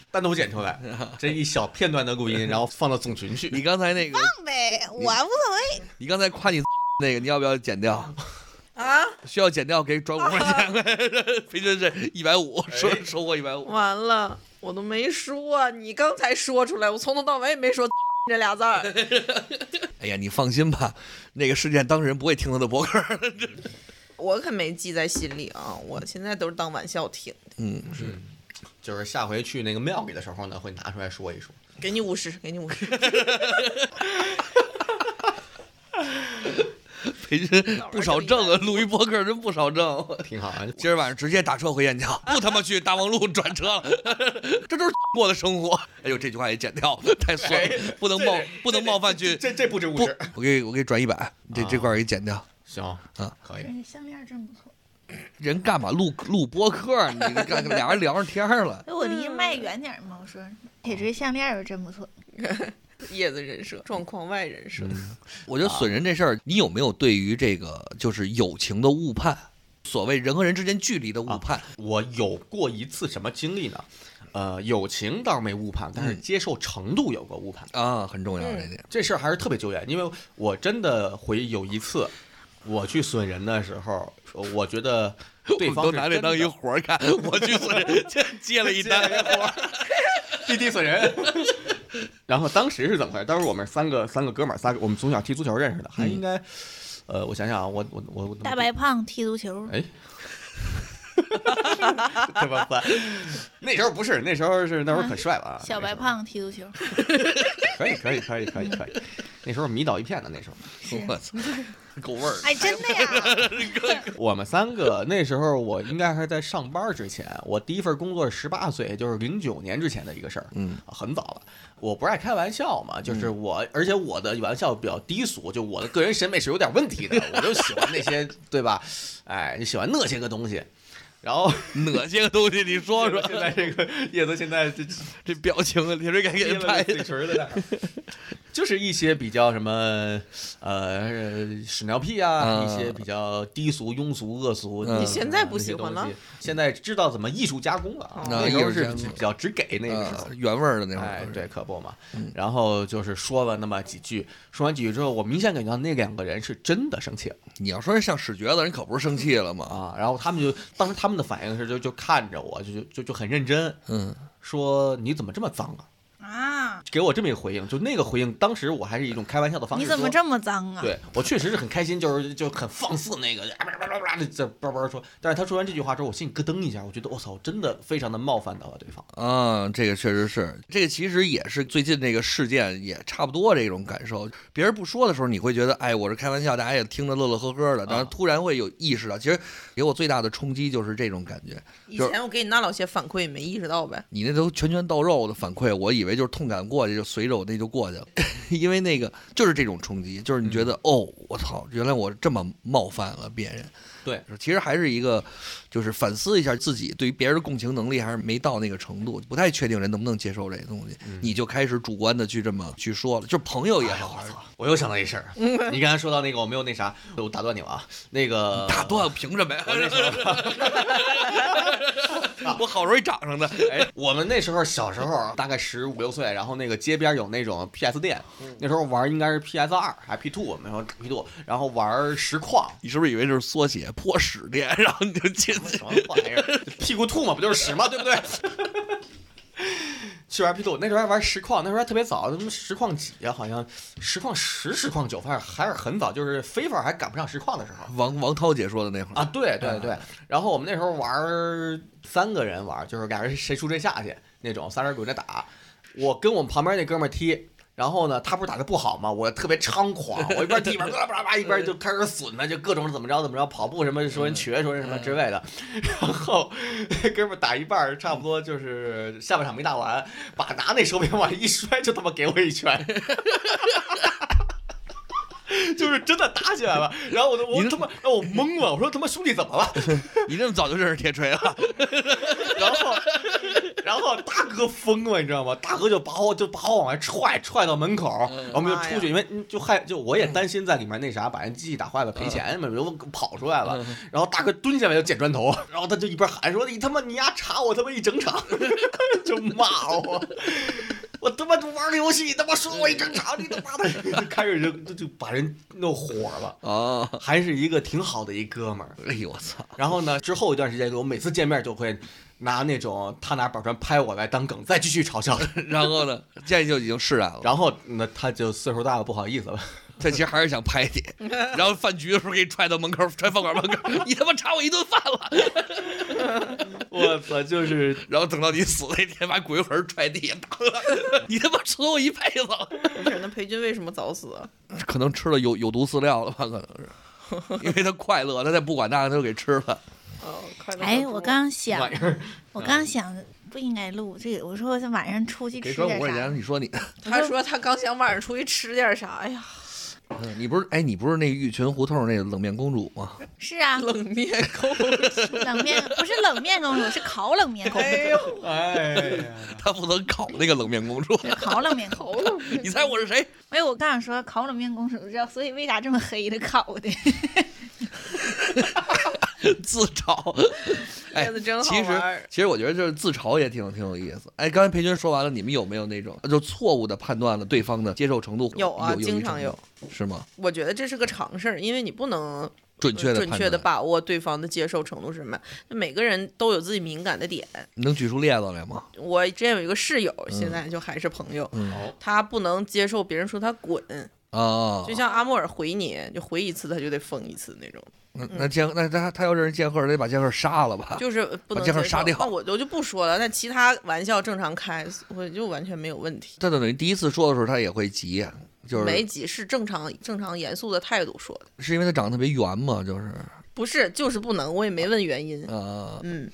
A: 单独剪出来，这一小片段的录音，然后放到总群
C: 你
A: 去。
C: 刚
B: [LAUGHS]
C: 才那个，
D: 放呗，我无所谓。
C: 你刚才夸你 [LAUGHS] 那个，你要不要剪掉？
B: 啊！
C: 需要剪掉给转五十块钱过来，
A: [LAUGHS]
C: 赔偿是一百五，收
A: 哎
C: 收获一百五。
B: 完了，我都没说，你刚才说出来，我从头到尾也没说 [LAUGHS] 这俩字儿。
C: 哎呀，你放心吧，那个事件当事人不会听他的博客。
B: 我可没记在心里啊，我现在都是当玩笑听。
C: 嗯，
A: 就是下回去那个庙里的时候呢，会拿出来说一说。
B: 给你五十，给你五十。 [LAUGHS]
C: 赔偿不少挣啊，录一博客真不少挣。
A: 挺好啊，
C: 今儿晚上直接打车回燕郊，不他妈去大望路 [LAUGHS] 转车了，这就是 [LAUGHS] 过的生活。哎呦，这句话也剪掉，太酸
A: 哎
C: 了，不能
A: 这
C: 冒
A: 得
C: 不能冒犯去。
A: 这这不啊止五
C: 不
A: 十，，
C: 我给我给转一百，这这块儿给剪掉。
A: 行
C: 啊，
A: 可以。
D: 哎项链真不错。
C: 人干嘛录录播客？你
A: [LAUGHS]
C: 干俩人聊上天儿了。
D: 哎，我离麦远点嘛，我说铁锤项链儿真不
A: 哦
D: 错。
B: 叶子人设，状况外人设。
C: 我觉得损人这事儿，你有没有对于这个就是友情的误判？所谓人和人之间距离的误判，
A: 我有过一次什么经历呢？呃，友情倒是没误判，但是
C: 嗯
A: 接受程度有个误判。
C: 啊，很重要
B: 嗯
C: 这点。
A: 这事儿还是特别久远，因为我真的回忆有一次，我去损人的时候，我觉得对
C: [LAUGHS] 我
A: 方
C: 都
A: 是
C: 拿这
A: 真
C: 当一
A: 的
C: 活儿干，我去损人，接
A: [LAUGHS]
C: 接了一单。
A: 滴滴损
C: [LAUGHS]
A: 人。然后当时是怎么回事？当时我们三个三个哥们儿，仨我们从小踢足球认识的，
C: 嗯
A: 还应该，呃，我想想啊，我我我我
D: 大白胖踢足球，
A: 哎， [LAUGHS] 这么办？那时候不是，那时候是那时候可帅了啊，
D: 小白
A: 那时候
D: 胖踢
A: [LAUGHS]
D: 足球，
A: 可以可以可以可以可以，那时候迷倒一片的那时候。[LAUGHS]
C: 我操，够味儿。
D: 哎，真的呀，
C: [LAUGHS]
A: 我们三个那时候，我应该还是在上班之前，我第一份工作是十八岁，就是零九年之前的一个事儿，
C: 嗯，
A: 很早了。我不是爱开玩笑嘛，就是我，而且我的玩笑比较低俗，就我的个人审美是有点问题的，我就喜欢那些，对吧？哎，就喜欢那些个东西。然后
C: 哪些个东西？你
A: [LAUGHS]
C: 说说，
A: 现在这个叶子现在这
C: 这表情，你说该给
A: 憋
C: 人拍
A: 了个嘴唇儿在那儿。 [LAUGHS] 就是一些比较什么，呃，屎尿屁啊，
C: 嗯
A: 一些比较低俗、庸俗、恶俗。
C: 嗯你
B: 现在不喜欢了
A: 那些东西？现在知道怎么艺术加工了啊
B: 哦，
A: 那时候是
C: 那艺术加工
A: 比较只给那个时候嗯
C: 呃。原味儿的那种。
A: 哎，对，可不嘛。然后就是说了那么几句，说完几句之后，我明显感觉到那两个人是真的生气了
C: 你要说像屎橛子，人可不是生气了吗？
A: 啊。然后他们就当时他们的反应是就就看着我，就就就就很认真
C: 嗯，
A: 说你怎么这么脏啊？
D: 啊，
A: 给我这么一个回应，就那个回应，当时我还是一种开玩笑的方式
D: 你
A: 说。
D: 怎么这么脏啊？
A: 对我确实是很开心，就是就很放肆那个，叭叭叭叭在叭叭说。但是他说完这句话之后，我心里咯噔一下，我觉得我操，真的非常的冒犯到了对方。
C: 啊，这个确实是，这个其实也是最近这个事件也差不多这种感受。别人不说的时候，你会觉得，哎，我是开玩笑，大家也听着乐乐呵呵的。但是突然会有意识到，其实给我最大的冲击就是这种感觉。
B: 以
C: 就是
B: 前我给你那老些反馈，你没意识到呗？
C: 你那都拳拳到肉的反馈，我以为就是痛感过去，就随着我那就过去了， [LAUGHS] 因为那个就是这种冲击，就是你觉得、
A: 嗯
C: 哦，我操，原来我这么冒犯了别人。
A: 对，
C: 其实还是一个，就是反思一下自己对于别人的共情能力还是没到那个程度，不太确定人能不能接受这些东西，你就开始主观的去这么去说了，就是朋友也好，还是
A: 嗯哎我又想到一事儿，
D: 嗯
A: 你刚才说到那个我没有那啥，我打断你了啊，那个
C: 打断，凭什么呀？
A: 我那时候，
C: [LAUGHS] 我好容易长上的。
A: 哎，我们那时候小时候大概十五六岁，然后那个街边有那种 PS 店，
D: 嗯
A: 那时候玩应该是 PS 二还 P two，那时候 P two，然后玩实况，
C: 你是不是以为就是缩写破屎店，然后你就进去
A: 什？么玩意儿？ [LAUGHS] 屁股吐嘛，不就是屎嘛，对不 [LAUGHS] 对？去玩 P 2那时候还玩实况，那时候还特别早，他们实况几啊？好像实况十、实况九，反正还是很早，就是 FIFA 还赶不上实况的时候
C: 王王涛姐说的那会儿
A: 啊。对对对，然后我们那时候玩儿三个人玩儿，就是俩人谁输谁下去那种，三人滚着打。我跟我们旁边那哥们儿踢，然后呢，他不是打的不好嘛，我特别猖狂，我一边踢一边叭叭 [LAUGHS] 叭，一边就开始损他，就各种怎么着怎么着，跑步什么说人瘸，说人什么之类的。然后那 [LAUGHS] 哥们儿打一半儿，差不多就是下半场没打完，把拿那手柄往一摔，就他妈给我一拳。 [LAUGHS] 就是真的打起来了，然后我就我
C: 你
A: 他妈让我懵了，我说他妈兄弟怎么了？ [LAUGHS]
C: 你那么早就认识铁锤 [LAUGHS] 了？
A: 然后，然后大哥疯了，你知道吗？大哥就把我就把我往外踹，踹到门口，然后我们就出去，因为就害就我也担心在里面那啥，把人机器打坏了赔钱嘛，我跑出来了。然后大哥蹲下来就捡砖头，然后他就一边喊说：“你他妈你丫查我他妈一整场！” [LAUGHS] 就骂我。我他妈就玩个游戏，你他妈说我一整场，你他妈的 [LAUGHS] 就开始就就就把人弄火了，
C: 啊，
A: 还是一个挺好的一哥们儿。
C: 哎呦我操！
A: 然后呢，之后一段时间，我每次见面就会拿那种他拿板砖拍我来当梗，再继续嘲笑。 [LAUGHS]
C: 然后呢，现在就已经释然了。
A: 然后那他就岁数大了，不好意思了。 [LAUGHS]
C: 他其实还是想拍 [LAUGHS] 你，然后饭局的时候给你踹到门口，踹饭馆门口，你他妈查我一顿饭了。
A: 我操，就是
C: 然后等到你死那天，把鬼魂踹地上打了，你他妈折我一辈子。
B: 没事，那裴军为什么早死啊？
C: [LAUGHS] 可能吃了有有毒饲料了吧？可能是，因为他快乐，他再不管那个他就给吃了。
B: 哦，快乐。
D: 哎，我刚想，
A: 玩意儿，
D: 我刚想不应该录这个，我说我想晚上出去
C: 给
D: 吃
C: 转
D: 点
C: 五块
D: 啥
C: 钱，。你说你，
B: 他说他刚想晚上出去吃点啥，哎呀，
C: 嗯你不是哎，你不是那玉群胡同那冷面公主吗？
D: 是
A: [LAUGHS]
D: 啊，
B: 冷面狗。
D: 冷面不是冷面公主，是烤冷面公主，
B: [LAUGHS] 哎呦，
A: 哎呀，
C: 她不能烤那个冷面公 [LAUGHS] 主。
D: 烤冷面公主。
B: [LAUGHS]
C: 你猜我是谁？ [LAUGHS]
D: 哎，我刚想说烤冷面公主，知道，所以为啥这么黑的烤的？
C: 自
B: [LAUGHS]
C: 嘲。哎
B: 叶子真，好
C: 其实
B: 玩儿
C: 其实我觉得就是自嘲也挺挺有意思。哎，刚才裴军说完了，你们有没有那种就错误的判断了对方的接受程度？
B: 有啊，
C: 一
B: 经
C: 程
B: 常
C: 度
B: 有。
C: 是吗？
B: [LAUGHS] 我觉得这是个常事儿，因为你不能
C: 准确的
B: 准确的
C: 判断，
B: 把握对方的接受程度是什么。每个人都有自己敏感的点。
C: 你能举出例子来吗？
B: 我之前有一个室友，现
C: 嗯
B: 在就还是朋友，
A: 哦
B: 他不能接受别人说他滚，
C: 啊，
B: 嗯就像阿莫尔回你，就回一次他就得封一次那种，
C: 那那剑那他他要认识剑客，得把剑客杀了吧？
B: 嗯就是呃不
C: 把
B: 能
C: 这事儿
B: 接
C: 杀
B: 受
C: 掉
B: 那我就就不说了，那其他玩笑正常开，我就完全没有问题。
C: 他等于第一次说的时候，他也会急，就
B: 没
C: 是
B: 几是正常正常严肃的态度说的，
C: 是因为他长得特别圆嘛，就是
B: 不是就是不能，我也没问原因。
C: 啊，
B: 嗯，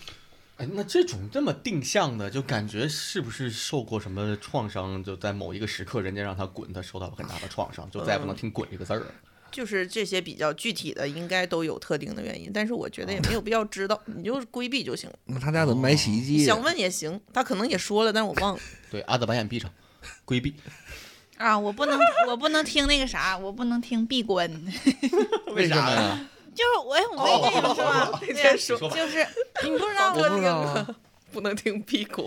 A: 哎，那这种这么定向的，就感觉是不是受过什么创伤？就在某一个时刻，人家让他滚，他受到了很大的创伤，就再也
C: 嗯
A: 不能听“滚”这个字儿了。
B: 就是这些比较具体的，应该都有特定的原因，但是我觉得也没有必要知道，你就规避就行了。
C: 那他家怎么买洗衣
B: 哦你
C: 机？
B: 想问也行，他可能也说了，但是我忘了。
A: 对，阿德把眼闭上，规避。
D: 啊，我不能，我不能听那个啥，我不能听闭关。 [LAUGHS]
C: 为什么呀？
D: 就是我，
A: 哦
D: 我也 [LAUGHS] 跟你们说
A: [LAUGHS]
D: 啊，对呀
B: 天说
D: 就是你不知道
C: 我不
D: 我，
C: 知道啊，
B: [LAUGHS] 不能听啊闭关，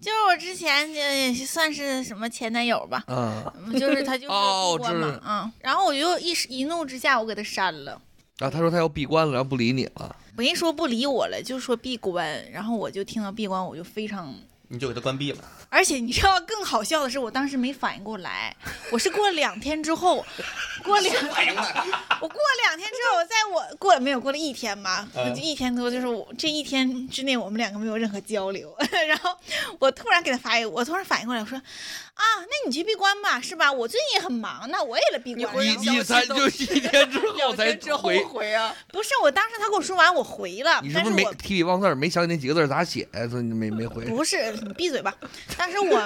D: 就是我之前就也算是什么前男友吧，
C: 啊，
D: 嗯就是他就是
C: 哦
D: 闭关
C: 我
D: 嘛
C: 知，
D: 嗯，然后我就一时一怒之下我给他删了。
C: 然后啊他说他要闭关了，然后不理你了，
D: 我一说不理我了，就说闭关，然后我就听到闭关，我就非常，
A: 你就给他关闭了，
D: 而且你知道更好笑的是，我当时没反应过来，我是过两天之后，过两 [LAUGHS] 我过两天之后，我在我过没有过了一天吧，
A: 嗯
D: 我就一天多，就是我这一天之内我们两个没有任何交流， [LAUGHS] 然后我突然给他发一个，我突然反应过来，我说啊，那你去闭关吧，是吧？我最近也很忙，那我也来闭
B: 你
D: 关
B: 回
D: 了
B: 去。
C: 一一三就一天之后才回。
B: 回啊。
D: 不是，我当时他跟我说完，我回了，
C: 你是
D: 但
C: 不
D: 是
C: 是没
D: 我
C: 提笔忘字儿，没想起那几个字儿咋写呀？所以你没没回。
D: 不是，你闭嘴吧！但是我，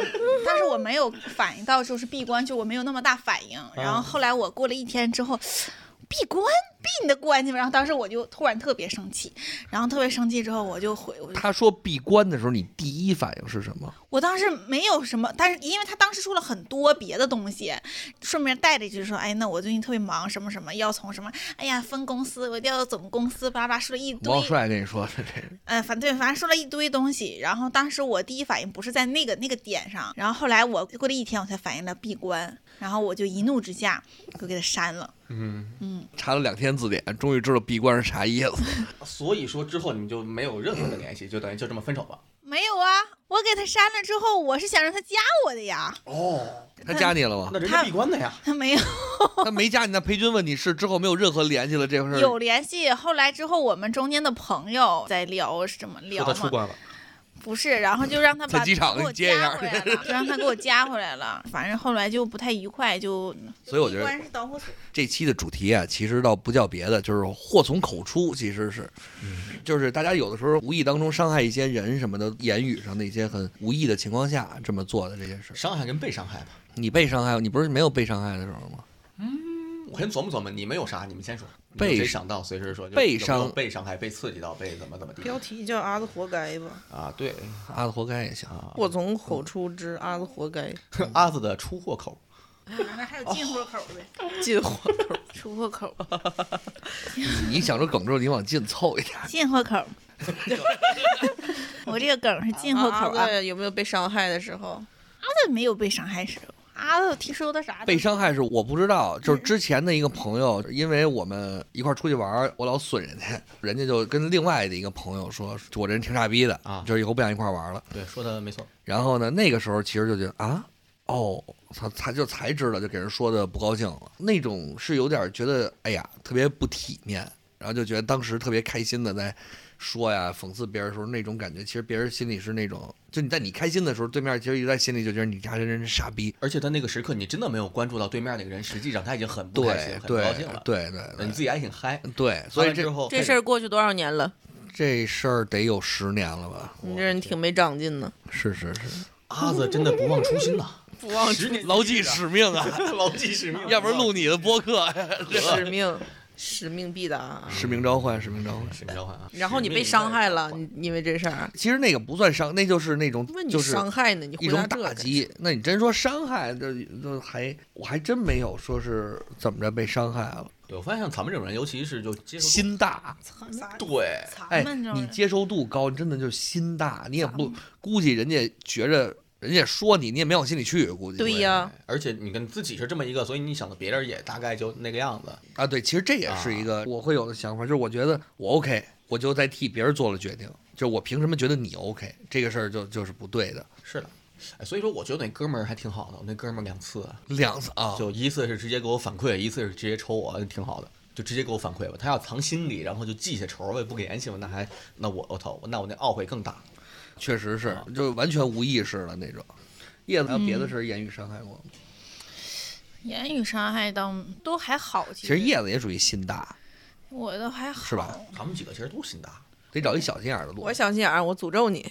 D: 但是我没有反
C: 嗯
D: 应到，就是闭关，就我没有那么大反应。然后后来我过了一天之后，闭关，你的关系吧。然后当时我就突然特别生气，然后特别生气之后我就回，我就
C: 他说闭关的时候，你第一反应是什么？
D: 我当时没有什么，但是因为他当时说了很多别的东西，顺便带着一句说，哎，那我最近特别忙，什么什么要从什么，哎呀分公司，我调到总公司，巴拉巴拉说了一堆，
C: 王帅跟你说的这个，
D: 嗯，反对，反正说了一堆东西。然后当时我第一反应不是在那个那个点上，然后后来我过了一天，我才反应了闭关，然后我就一怒之下就给他删了。
A: 嗯，
C: 查了两天字典，终于知道闭关是啥意思。
A: 所以说之后你们就没有任何的联系，就等于就这么分手吧。
D: 没有啊，我给他删了之后，我是想让他加我的呀，
A: 哦，
C: 他加你
D: [LAUGHS]
C: 了吗？
A: 那人家闭关的呀。
D: 他没有
C: 他没加你，那裴军问你是之后没有任何联系了这回事儿。
D: 有联系。后来之后，我们中间的朋友在聊什么
A: 说
D: 聊
A: 他出
D: 嘛，
A: 关了，
D: 不是，然后就让他把
C: 在机场
D: 给我
C: 你接一
D: 加
C: 下
D: 回来了，就让他给我加回来了。反正后来就不太愉快，就
C: 所以我觉得
D: 闭关是导火索。
C: 这期的主题啊，其实倒不叫别的，就是祸从口出，其实是，就是大家有的时候无意当中伤害一些人什么的，言语上的一些很无意的情况下这么做的这些事儿。
A: 伤害跟被伤害吧。
C: 你被伤害，你不是没有被伤害的时候吗？
A: 我先琢磨琢磨，你们有啥？你们先说。
C: 被
A: 谁想到随时说。就
C: 被
A: 有没有
C: 伤
A: 被伤害、被刺激到、被怎么怎么地
B: 标题叫“阿子活该”吧，
A: 啊？对
C: 阿子活该也行。
A: 啊，
B: 祸从口出之阿子活该，
C: 嗯
A: 阿子的出货口，
D: 那还有进货口呗，
B: 进货口。
D: 出货口，
C: 你想着梗之后，你往近凑一点。
D: 进货口。我这个梗是进货口啊
B: 阿，子有没有被伤害的时候？
D: 阿子没有被伤害时候，阿子听说的啥？
C: 被伤害是我不知道，就是之前的一个朋友，因为我们一块儿出去玩儿，我老损人家，人家就跟另外的一个朋友说，我这人挺傻逼的
A: 啊
C: 就是以后不想一块儿玩儿了。
A: 对，说的没错。
C: 然后呢，那个时候其实就觉得啊，哦，他他就才知道，就给人说的不高兴了，那种是有点觉得哎呀特别不体面，然后就觉得当时特别开心的在说呀讽刺别人的时候那种感觉，其实别人心里是那种，就你在你开心的时候，对面其实一直在心里就觉得你家这人是傻逼，
A: 而且在那个时刻，你真的没有关注到对面那个人，实际上他已经很不开心、
C: 对
A: 很不
C: 对
A: 高兴了。呃
C: 对对
A: 你
C: 对
A: 自己还挺嗨。
C: 对，所以
A: 之
C: 这
A: 后
B: 这事儿过去多少年了？
C: 这事儿得有十年了吧？
B: 你这人挺没长进
C: [LAUGHS]
B: 呢。
C: 嗯是是是，
A: 阿子真的不忘初心
C: [LAUGHS]
A: 呐，
B: 不忘
A: 十年
C: 牢记使命
A: [LAUGHS]
C: 啊，
A: 牢记使命，
C: 要不然录你的播客呀。
B: 使命，使命必达。啊
C: 使命召唤，使命召唤。
A: 使命召唤啊。
B: 然后你被伤害了，你因为这事儿，
C: 其实那个不算伤，那就是那种
B: 问你
C: 就是
B: 伤害呢？你回
C: 一种
B: 答这
C: 打
B: 个，
C: 击。那你真说伤害，这这还我还真没有说是怎么着被伤害了，
A: 对，我发现像咱们这种人，尤其是就接受
C: 心大。
A: 度对，
C: 哎
D: 咱们这，种
C: 你
D: 人
C: 接受度高，真的就是心大。你也不估计人家觉着人家说你，你也没往心里去，估计
B: 对呀，
A: 而且你跟自己是这么一个，所以你想的别人也大概就那个样子。
C: 啊，对，其实这也是一个我会有的想法，就是我觉得我 OK，我就在替别人做了决定，就是我凭什么觉得你 OK 这个事儿就就是不对的。
A: 是的，哎，所以说我觉得那哥们儿还挺好的。我那哥们儿两次啊，
C: 两次啊，
A: 就一次是直接给我反馈，一次是直接抽我，挺好的，就直接给我反馈吧。他要藏心里，然后就记下仇，我也不给联系我，那还那我我操，那我那懊悔更大。
C: 确实是，就完全无意识了那种。叶子还有
B: 嗯
C: 别的事儿言语伤害过吗？
D: 言语伤害倒都还好，
C: 其
D: 其
C: 实叶子也属于心大，
D: 我都还好，
C: 是吧？
A: 咱们几个其实都心大，
C: 得找一小心眼儿的路
B: 嗯我。小心眼儿，我诅咒你。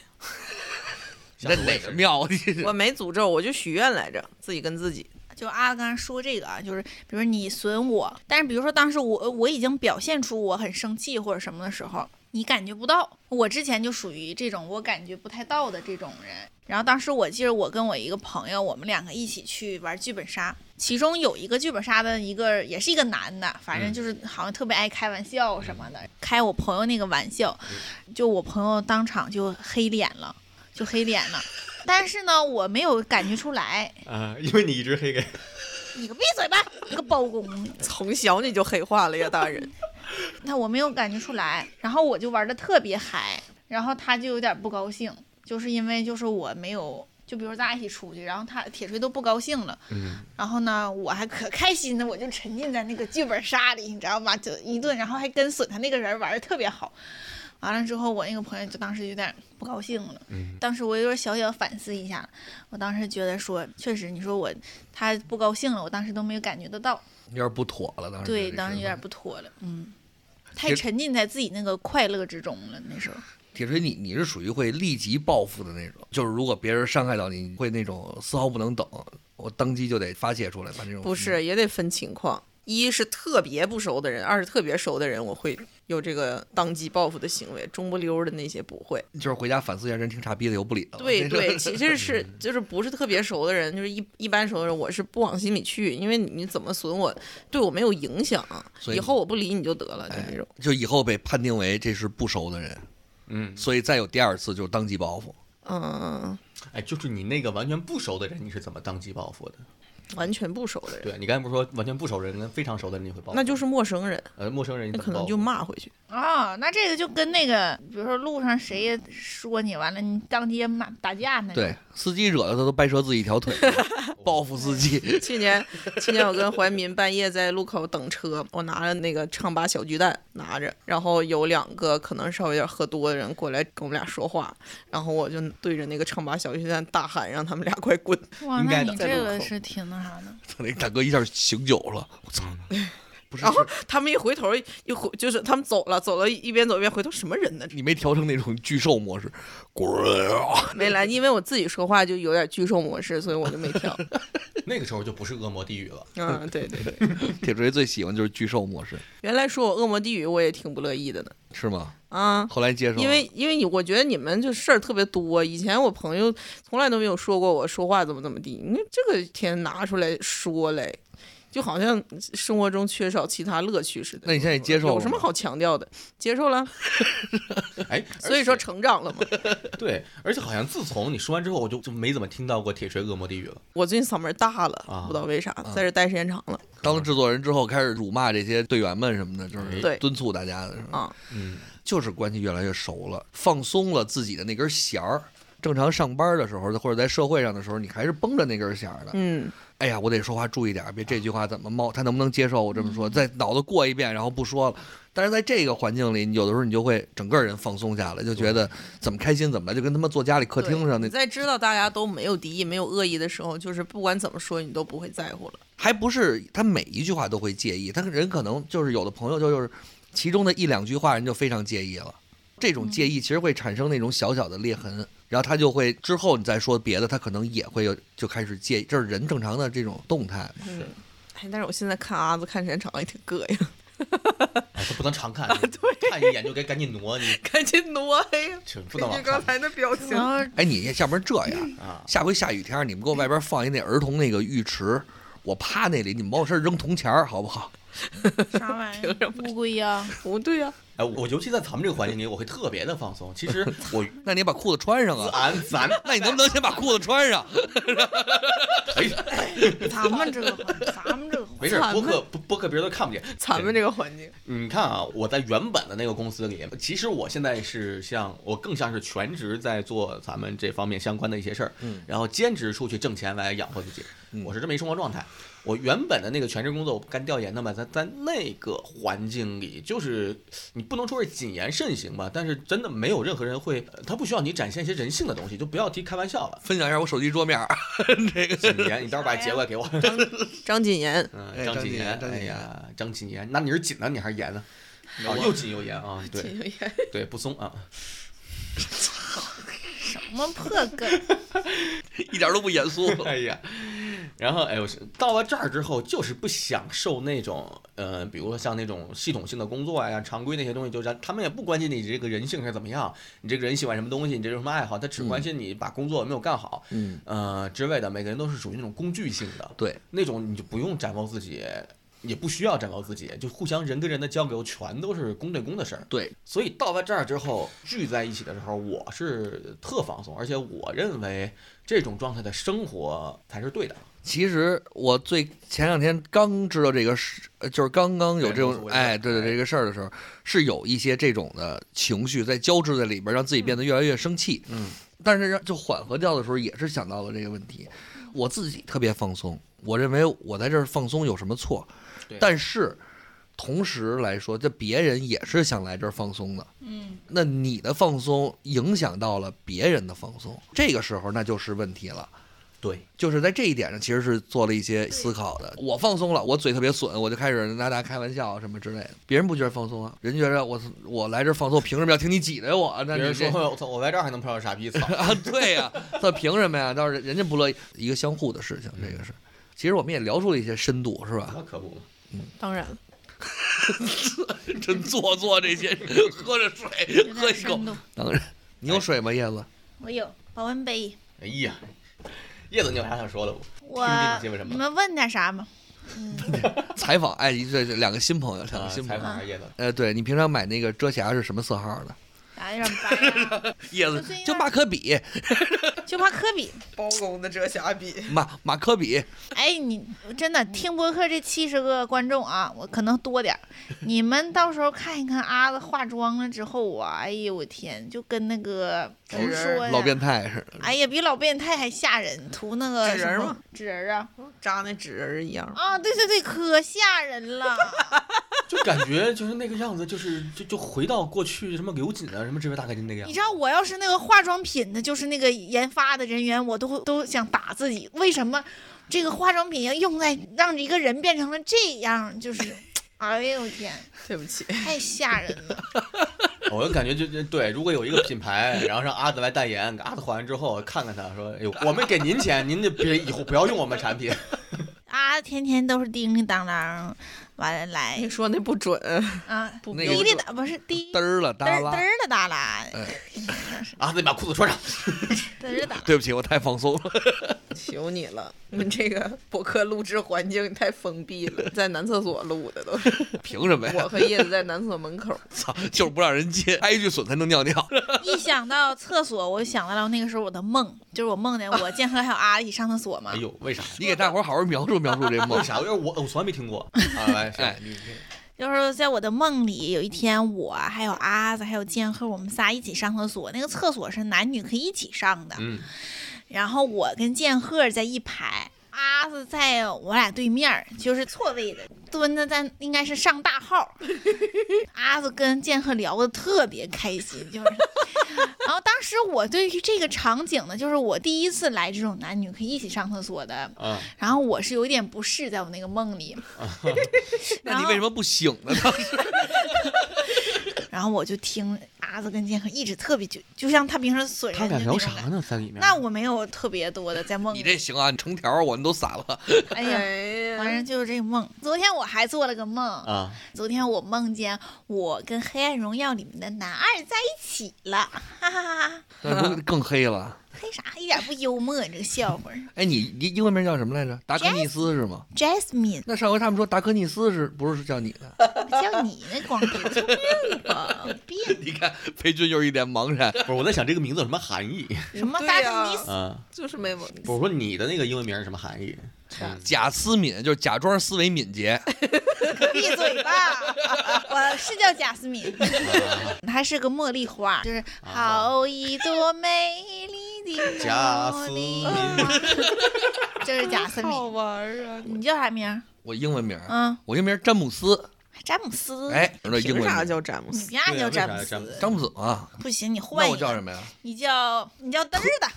C: 那哪个庙？你
B: 我没诅咒，我就许愿来着，自己跟自己。
D: 就阿刚才说这个啊，就是比如你损我，但是比如说当时我我已经表现出我很生气或者什么的时候，你感觉不到。我之前就属于这种我感觉不太到的这种人。然后当时我记得我跟我一个朋友，我们两个一起去玩剧本杀，其中有一个剧本杀的一个也是一个男的，反正就是好像特别爱开玩笑什么的，开我朋友那个玩笑，就我朋友当场就黑脸了，就黑脸了。但是呢，我没有感觉出来，
A: 啊，因为你一直黑给
D: 你个闭嘴吧，你个包公！
B: 从小你就黑化了呀，大
C: [LAUGHS]
B: 人。
D: 那我没有感觉出来，然后我就玩的特别嗨，然后他就有点不高兴，就是因为就是我没有，就比如咱俩一起出去，然后他铁锤都不高兴了，
A: 嗯，
D: 然后呢，我还可开心的，我就沉浸在那个剧本杀里，你知道吗？就一顿，然后还跟损他那个人玩的特别好。完了之后，我那个朋友就当时有点不高兴了。
A: 嗯
D: 当时我有点小小反思一下，我当时觉得说，确实你说我他不高兴了，我当时都没有感觉得到。
C: [LAUGHS] 有点不妥了，当时
D: 对，
C: 这
D: 当时
C: 事
D: 有
C: 儿
D: 点不妥了，嗯，太
C: 实
D: 沉浸在自己那个快乐之中了。那
A: [LAUGHS]
D: 时候
C: 铁锤你，你是属于会立即报复的那种，就是如果别人伤害到你，你会那种丝毫不能等，我当即就得发泄出来，把这种嗯
B: 不是，也得分情况。一是特别不熟的人，二是特别熟的人，我会有这个当机报复的行为，中不溜儿的那些不会。
C: 就是回家反思一下，人挺傻逼的，又不理他了。
B: 对
C: 那嗯
B: 对，
C: [LAUGHS] 个
B: 其实是就是不是特别熟的人，就是一一般熟的人，我是不往心里去，因为你怎么损我，对我没有影响，
C: 所以
B: 以
C: 哎
B: 后我不理你就得了，就那种。
C: 就以后被判定为这是不熟的人，
A: 嗯，
C: 所以再有第二次就是当即报复。
B: 嗯，
A: 哎，就是你那个完全不熟的人，你是怎么当即报复的？
B: 完全不熟的人，
A: 对你刚才不是说完全不熟的人跟非常熟的人你会报复？
B: 那就是陌生人，
A: 呃，陌生人你
B: 那
A: 怎
B: 可
A: 么报
B: 能
A: 复？
B: 就骂回去。
D: 哦，那这个就跟那个，比如说路上谁也说你，完了你当街骂打架
B: 哎
D: 那种。
C: 对，司机惹的他都掰折自己一条腿，
B: [LAUGHS]
C: 报复司机。
B: 去年，去年我跟怀民半夜在路口等车，我拿着那个唱吧小巨蛋拿着，然后有两个可能稍微有点喝多的人过来跟我们俩说话，然后我就对着那个唱吧小巨蛋大喊，让他们俩快滚。
D: 哇，
A: 应
D: 那
A: 该的
D: 你
B: 在
D: 这
B: 路
D: 个
B: 口
D: 是挺那啥的。
C: 那大哥一下醒酒了，我操！不是
B: 然，后他们一回头，一回就是他们走了，走了一边走一边回头，什么人呢？
C: 你没调成那种巨兽模式，滚啊！
B: 没来，因为我自己说话就有点巨兽模式，所以我就没 [LAUGHS] 跳。
A: 那个时候就不是恶魔地狱了。
B: 嗯，对对对，
C: 铁锤最喜欢就是巨兽模式，
B: 原来说我恶魔地狱，我也挺不乐意的呢。
C: 是吗？
B: 啊、
C: 后来接受了，
B: 因为因为你，我觉得你们就事儿特别多。以前我朋友从来都没有说过我说话怎么怎么地，你这个天拿出来说来，就好像生活中缺少其他乐趣似的。
C: 那你现在接受了
B: 有什么
C: 吗
B: 好强调的？接受了， [LAUGHS]
A: 哎，
B: 所以说成长了嘛。
A: 对，而且好像自从你说完之后，我就就没怎么听到过铁锤恶魔地狱了。
B: 我最近嗓门大了，
A: 啊
B: 不知道为啥，在这待时间长了
C: 当了制作人之后，开始辱骂这些队员们什么的，就是
B: 对
C: 敦促大家的是吧
B: 啊。
A: 嗯，
C: 就是关系越来越熟了，放松了自己的那根弦儿。正常上班的时候，或者在社会上的时候，你还是绷着那根弦儿的。
B: 嗯，
C: 哎呀，我得说话注意点儿，别这句话怎么冒，他能不能接受我这么
B: 嗯
C: 说？在脑子过一遍，然后不说了。但是在这个环境里，你有的时候你就会整个人放松下来，就觉得怎么开心怎么来，就跟他妈坐家里客厅
B: 对
C: 上那
B: 你在知道大家都没有敌意、没有恶意的时候，就是不管怎么说，你都不会在乎了。
C: 还不是他每一句话都会介意，他人可能就是有的朋友就就是其中的一两句话人就非常介意了，这种
B: 嗯
C: 介意其实会产生那种小小的裂痕，然后他就会之后你再说别的，他可能也会有就开始介意，这是人正常的这种动态嘛。
B: 嗯，哎，但是我现在看阿子看时间长了也挺膈应，
A: 哎，他不能常看，对，看一眼就该赶紧挪，你
B: [LAUGHS] 赶紧挪黑。
A: 这不能
B: 根据
A: 往
B: 刚
A: 看
B: 才的表情
D: 然，后
C: 哎，你要不然这样，
A: 啊。
C: 下回下雨天儿你们给我外边放一那儿童那个浴池，我趴那里，你们往我身上扔铜钱儿好不好？
D: 啥玩意儿？乌龟呀、
B: 不对啊 [LAUGHS] 呀、
A: 哎，我我尤其在咱们这个环境里，我会特别的放松。其实我 [LAUGHS]
C: 那你把裤子穿上啊。
A: 咱咱
C: 那你能不能先把裤子穿上？
D: 咱们
B: [LAUGHS]
D: 这个环，咱们这
A: 哎
D: 个环，
A: 没事，
B: 咱
A: 播
B: 们
A: 客播播客别人都看不见。
B: [LAUGHS] 咱们这个环境，
A: 你看啊，我在原本的那个公司里，其实我现在是像我更像是全职在做咱们这方面相关的一些事儿，
C: 嗯，
A: 然后兼职出去挣钱来养活自己，
C: 嗯。
A: 我是这么一生活状态。我原本的那个全职工作，我干调研的嘛，在在那个环境里，就是你不能说是谨言慎行吧，但是真的没有任何人会，呃他不需要你展现一些人性的东西，就不要提开玩笑了
C: [LAUGHS] 分享一下我手机桌面儿， [LAUGHS] 这个
A: 谨言，你到时候把截过来给我。
B: 张谨言，
A: 嗯，
C: 哎
A: 张
C: 张
A: 谨
C: 谨
A: 言
C: 言，张
A: 哎
C: 谨言
A: 呀，张谨言，那你是紧呢，你还是严呢？哦，又紧又严啊，
B: [LAUGHS]
A: 对
B: 谨言，
A: 对，不松啊。 [LAUGHS]
D: 什么破梗？
C: 一点都不严肃。
A: 哎呀，然后哎，我是到了这儿之后，就是不享受那种，呃，比如说像那种系统性的工作呀、常规那些东西，就是他们也不关心你这个人性是怎么样，你这个人喜欢什么东西，你这有什么爱好，他只关心你把工作有没有干好，
C: 嗯，
A: 呃之类的。每个人都是属于那种工具性的，
C: 对，
A: 那种你就不用展望自己。也不需要展望自己，就互相人跟人的交流，全都是公对公的事儿。
C: 对，
A: 所以到了这儿之后，聚在一起的时候，我是特放松，而且我认为这种状态的生活才是对的。
C: 其实我最前两天刚知道这个事，呃就是刚刚有这
A: 对
C: 种
A: 我也
C: 哎，
A: 是
C: 对对这个事儿的时候，是有一些这种的情绪在交织在里边，让自己变得越来越生气。
A: 嗯，
C: 但是让就缓和掉的时候，也是想到了这个问题。我自己特别放松，我认为我在这儿放松有什么错
A: 对？
C: 但是同时来说，这别人也是想来这儿放松的。
D: 嗯，
C: 那你的放松影响到了别人的放松，这个时候那就是问题了。
A: 对，
C: 就是在这一点上，其实是做了一些思考的。我放松了，我嘴特别损，我就开始拿大家开玩笑什么之类的。别人不觉得放松啊，人觉得我我来这儿放松，凭什么要听你挤兑我？啊
A: 别
C: 那你
A: 人
C: 这
A: 说我 [LAUGHS] 操，我来这儿还能碰到傻逼， [LAUGHS] 操！
C: [LAUGHS] 啊，对呀、他凭什么呀？倒是人家不乐意，一个相互的事情，这个是。其实我们也聊出了一些深度，是吧？
A: 那可不嘛。
B: 当然了，
C: [LAUGHS] 真做作这 [LAUGHS] 些人，喝着水，
D: 有
C: 喝
D: 点
C: 一口
D: 深。度。
C: 当然，你有水吗，叶子？
D: 我有保温杯，
A: 哎呀，叶子，你有啥想说的不？
D: 我
A: 听不进去为什么
D: 你们问点啥吗？
C: 采访，哎，这这两个新朋友，两
A: 啊
C: 个新朋
A: 采
C: 友。
A: 访一下叶子，
C: 呃，对你平常买那个遮瑕是什么色号的？
D: 打有点白、
A: [LAUGHS]
C: 叶
D: 就这
C: 子
D: 样
C: 就马克笔，
D: 啊，就怕科比。
B: 包公的遮瑕笔，
C: 马马克笔，
D: [LAUGHS] 哎，你真的听播客这七十个观众啊，我可能多点儿。你们到时候看一看阿子化妆了之后啊，哎呦我天，就跟那个怎么
B: 纸人
D: 说
B: 儿
D: 呀？
C: 老变态似的。
D: 哎呀，比老变态还吓人，涂那个
B: 纸人
D: 什么
B: 吗？
D: 纸人啊！
B: 扎那纸人儿一样。
D: 啊，对对对，可吓
B: [LAUGHS]
D: 人了。
A: [LAUGHS] 就感觉就是那个样子，就是就就回到过去什么刘瑾啊，什么这位大概就那个样
D: 你
A: 子
D: 知。道我要是那个化妆品的，就是那个研发的人员，我都都想打自己。为什么这个化妆品要用在让一个人变成了这样？就是， [LAUGHS] 哎呦我天，
B: 对不起，
D: 太吓人了。
A: 我就感觉就就对，如果有一个品牌，然后让阿紫来代言，给阿紫画完之后，看看他说，哎呦，我们给您钱，您就别以后不要用我们产品。
D: 啊，天天都是叮叮当当，完了
B: 你
D: 来
B: 哎说那不准，
D: 啊，
B: 不
C: 那
D: 滴
C: 个
D: 滴答不是滴
C: 嘚
D: 嘚
C: 儿了，
D: 儿
C: 耷
D: 嘚
C: 拉。
D: 儿的哒啦，
A: 阿紫，你把裤子穿上。
D: 嘚儿的。
C: 对不起，我太放松了。
B: [LAUGHS] 求你了，你们这个博客录制环境太封闭了，在男厕所录的都是。
C: 凭什么
B: 我
C: 呀？
B: 和叶子在男厕所门口，
C: 操，就是不让人接，挨一句损才能尿尿。
D: 一想到厕所，我就想到了那个时候我的梦，就是我梦见我建和还有阿一起上厕所嘛
A: 哎。呦，为啥？
C: 你给大伙儿好好描述描述这梦
A: 为。啥？因为我我从来没听过。啊，来，
C: 哎
A: 哎，你你
D: 就是在我的梦里，有一天我还有阿子还有建和，我们仨一起上厕所。那个厕所是男女可以一起上的，
A: 嗯，
D: 然后我跟建赫在一排，阿子在我俩对面儿，就是错位的，蹲着在应该是上
C: [LAUGHS]
D: 大号。阿子跟建赫聊的特别开心，就是。然后当时我对于这个场景呢，就是我第一次来这种男女可以一起上厕所的，
A: 啊，
D: 然后我是有点不适，在我那个梦里。
C: 那你为什么不醒呢？
D: 然后我就听阿子跟建和一直特别就就像他平时损人
A: 他俩
D: 的
A: 聊
D: 那种
A: 啥
D: 感觉
A: 呢？啊在里面？
D: [LAUGHS] 那我没有特别多的在梦里。
C: 你这行啊，你成条儿我们都散了。
D: 哎呀，
B: 呀
D: 反正就是这个梦。昨天我还做了个梦，
A: 啊，
D: 昨天我梦见我跟《黑暗荣耀》里面的男二在一起了，哈哈哈哈！
C: 那不更黑了？
D: 黑啥？一点不幽默，这个笑话。
C: 哎，你你英文名叫什么来着？达科尼斯是吗？
D: Jasmine
C: 那上回他们说达科尼斯是不是叫你的？
D: 叫你那光头聪明吧，
A: [LAUGHS]
D: 别
C: 你看，裴军又一脸茫然。
A: 不是我在想这个名字有什么含义
D: 什么
B: 对
D: 达
B: 呀
D: 芬尼斯，
A: 啊？
B: 就是没有
A: 不是我说你的那个英文名是什么含义？
C: 嗯贾思敏就是假装思维敏捷，
D: 闭嘴吧！我是叫贾斯敏，
A: [LAUGHS]
D: 她是个茉莉花，就是好一朵美
A: [LAUGHS]
D: 丽的
A: 啊贾
D: 茉
A: 斯
D: 莉
A: 敏
D: 花。这是贾
A: [LAUGHS]
D: 斯
B: 好
D: 敏，
B: 玩儿啊！
D: 你叫啥名儿？
C: 我英文名，
D: 嗯，
C: 我英文名詹姆斯。
D: 詹姆斯。
C: 哎，我这英
B: 凭啥
C: 文名
B: 叫詹姆
D: 你
B: 斯？
D: 别爱叫
A: 对啊
D: 詹姆
A: 为啥叫詹姆
D: 斯
A: 斯，
C: 詹姆斯啊？
D: 不行，你换
C: 那
D: 一
C: 我
D: 个。
C: 叫什么呀？ [LAUGHS]
D: 你叫你叫嘚儿的，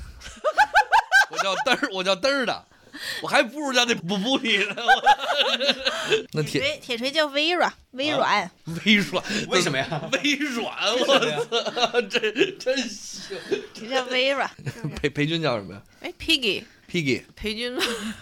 C: 我叫嘚儿，我叫嘚儿的，我还不如叫那补补里呢。 [LAUGHS] 那
D: 铁
C: [LAUGHS] 铁啊
D: 锤铁锤叫微软，微软、
C: 微软
A: [LAUGHS] 为什么呀？
C: [LAUGHS] 微软，我操，真真行。
D: 谁叫微软？
C: 裴裴军叫什么呀
B: 哎，Piggy，
C: ？Piggy，
B: 裴军吗？
D: 嗯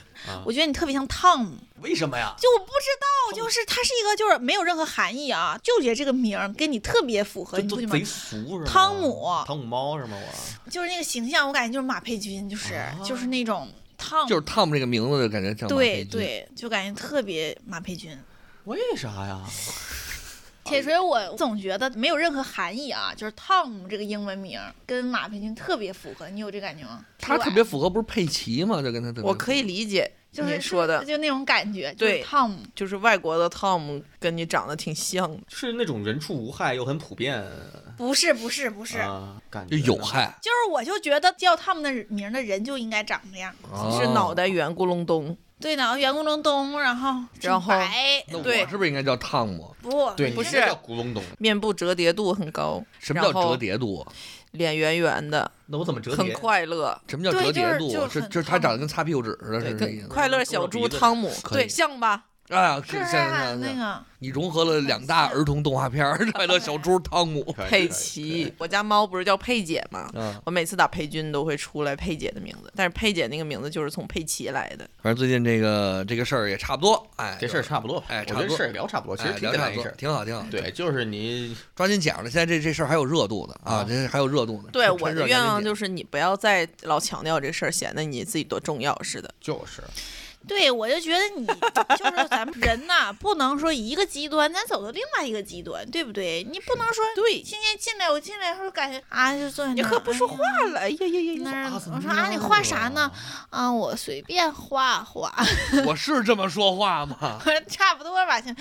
D: 我觉得你特别像 Tom，
A: 为什么呀？
D: 就我不知道，就是它是一个就是没有任何含义啊，就觉得这个名儿跟你特别符合，
A: 这
D: 你不
A: 都
D: 觉得
A: 贼
D: 吗？
A: 俗是吗？
D: 汤姆
A: 汤姆猫是吗？我
D: 就是那个形象，我感觉就是马佩君，就是、就是那种 Tom，
C: 哦就是 Tom 这个名字就感觉像
D: 对
C: 马裴军。
D: 对，就感觉特别马佩君。
A: 为啥呀？
D: 铁锤，我总觉得没有任何含义啊，就是 Tom 这个英文名儿跟马佩君特别符合，你有这感觉吗？
C: 他
D: 是吧
C: 特别符合，不是佩奇吗？就跟他特别符合。
B: [LAUGHS] 我可以理解
D: 就是
B: 你说的，
D: 就那种感觉，就是
B: 对
D: Tom。
B: 就是外国的 Tom 跟你长得挺像的。
A: 就是那种人畜无害又很普遍
D: 不是不是不是，
A: 啊，感
C: 就
A: 觉
C: 有害，
D: 就是我就觉得叫他们的名儿的人就应该长这样。
B: 是脑
C: 袋。
B: 袋圆咕隆咚，
D: 对呢，圆咕隆咚，然后挺
B: 然后
D: 白，
C: 那
B: 对
C: 我是不是应该叫 Tom？
D: 不
A: 对，
B: 不
A: 你这
B: 是
A: 叫古龙懂。
B: 面部折叠度很高。
C: 什么叫
B: 然后
C: 折叠度？啊
B: 脸圆圆的，
A: 那我怎么折
B: 很
A: 叠？
B: 快乐。
C: 什么叫
D: 对
C: 折叠
D: 就是
C: 度？啊
D: 就是是很
C: 就是他长得跟擦屁股纸似的，
B: 对，
C: 是这意
B: 跟
C: 思。
B: 快乐小猪汤姆，
C: 可以
B: 对，像吧？
C: 啊，
D: 是不是
C: 像
D: 还有
C: 像
D: 那
C: 像
D: 个
C: 你融合了两大儿童动画片儿，《快乐小猪汤姆》
A: 可以
B: 佩奇，，我家猫不是叫佩姐吗？
C: 啊，
B: 我每次打佩君都会出来佩姐的名字，但是佩姐那个名字就是从佩奇来的。
C: 反正最近这个这个事儿也差不多，哎，
A: 可以可以这事儿差不多吧，
C: 哎
A: 我
C: 差
A: 觉
C: 不
A: 得
C: 多
A: 事儿也聊差不多，
C: 我
A: 其实挺
C: 聊
A: 简
C: 差
A: 单
C: 不
A: 一
C: 多
A: 事儿。
C: 挺好挺好，
A: 对，就是你
C: 抓紧讲了，现在这这事儿还有热度呢啊，
A: 啊
C: 这还有热度呢。
B: 对，
C: 趁
B: 我
C: 热
B: 的愿
C: 赶紧
B: 望
C: 讲
B: 就是你不要再老强调这事儿，显得你自己多重要似的。
A: 就是
D: 对，我就觉得你就是咱们人呐、不能说一个极端，咱走到另外一个极端，对不对？你不能说
B: 对
D: 今天进来，我进来的时候感觉啊，就坐在
B: 你
D: 那
B: 可
D: 儿
B: 不说
D: 哎
B: 话
D: 呀
B: 了，哎呀呀呀呀！
D: 那儿
A: 啊
D: 我说啊，你画啥呢？？啊，我随便画画，
C: 我是这么说话吗？
D: 我说 [LAUGHS] 差不多吧，就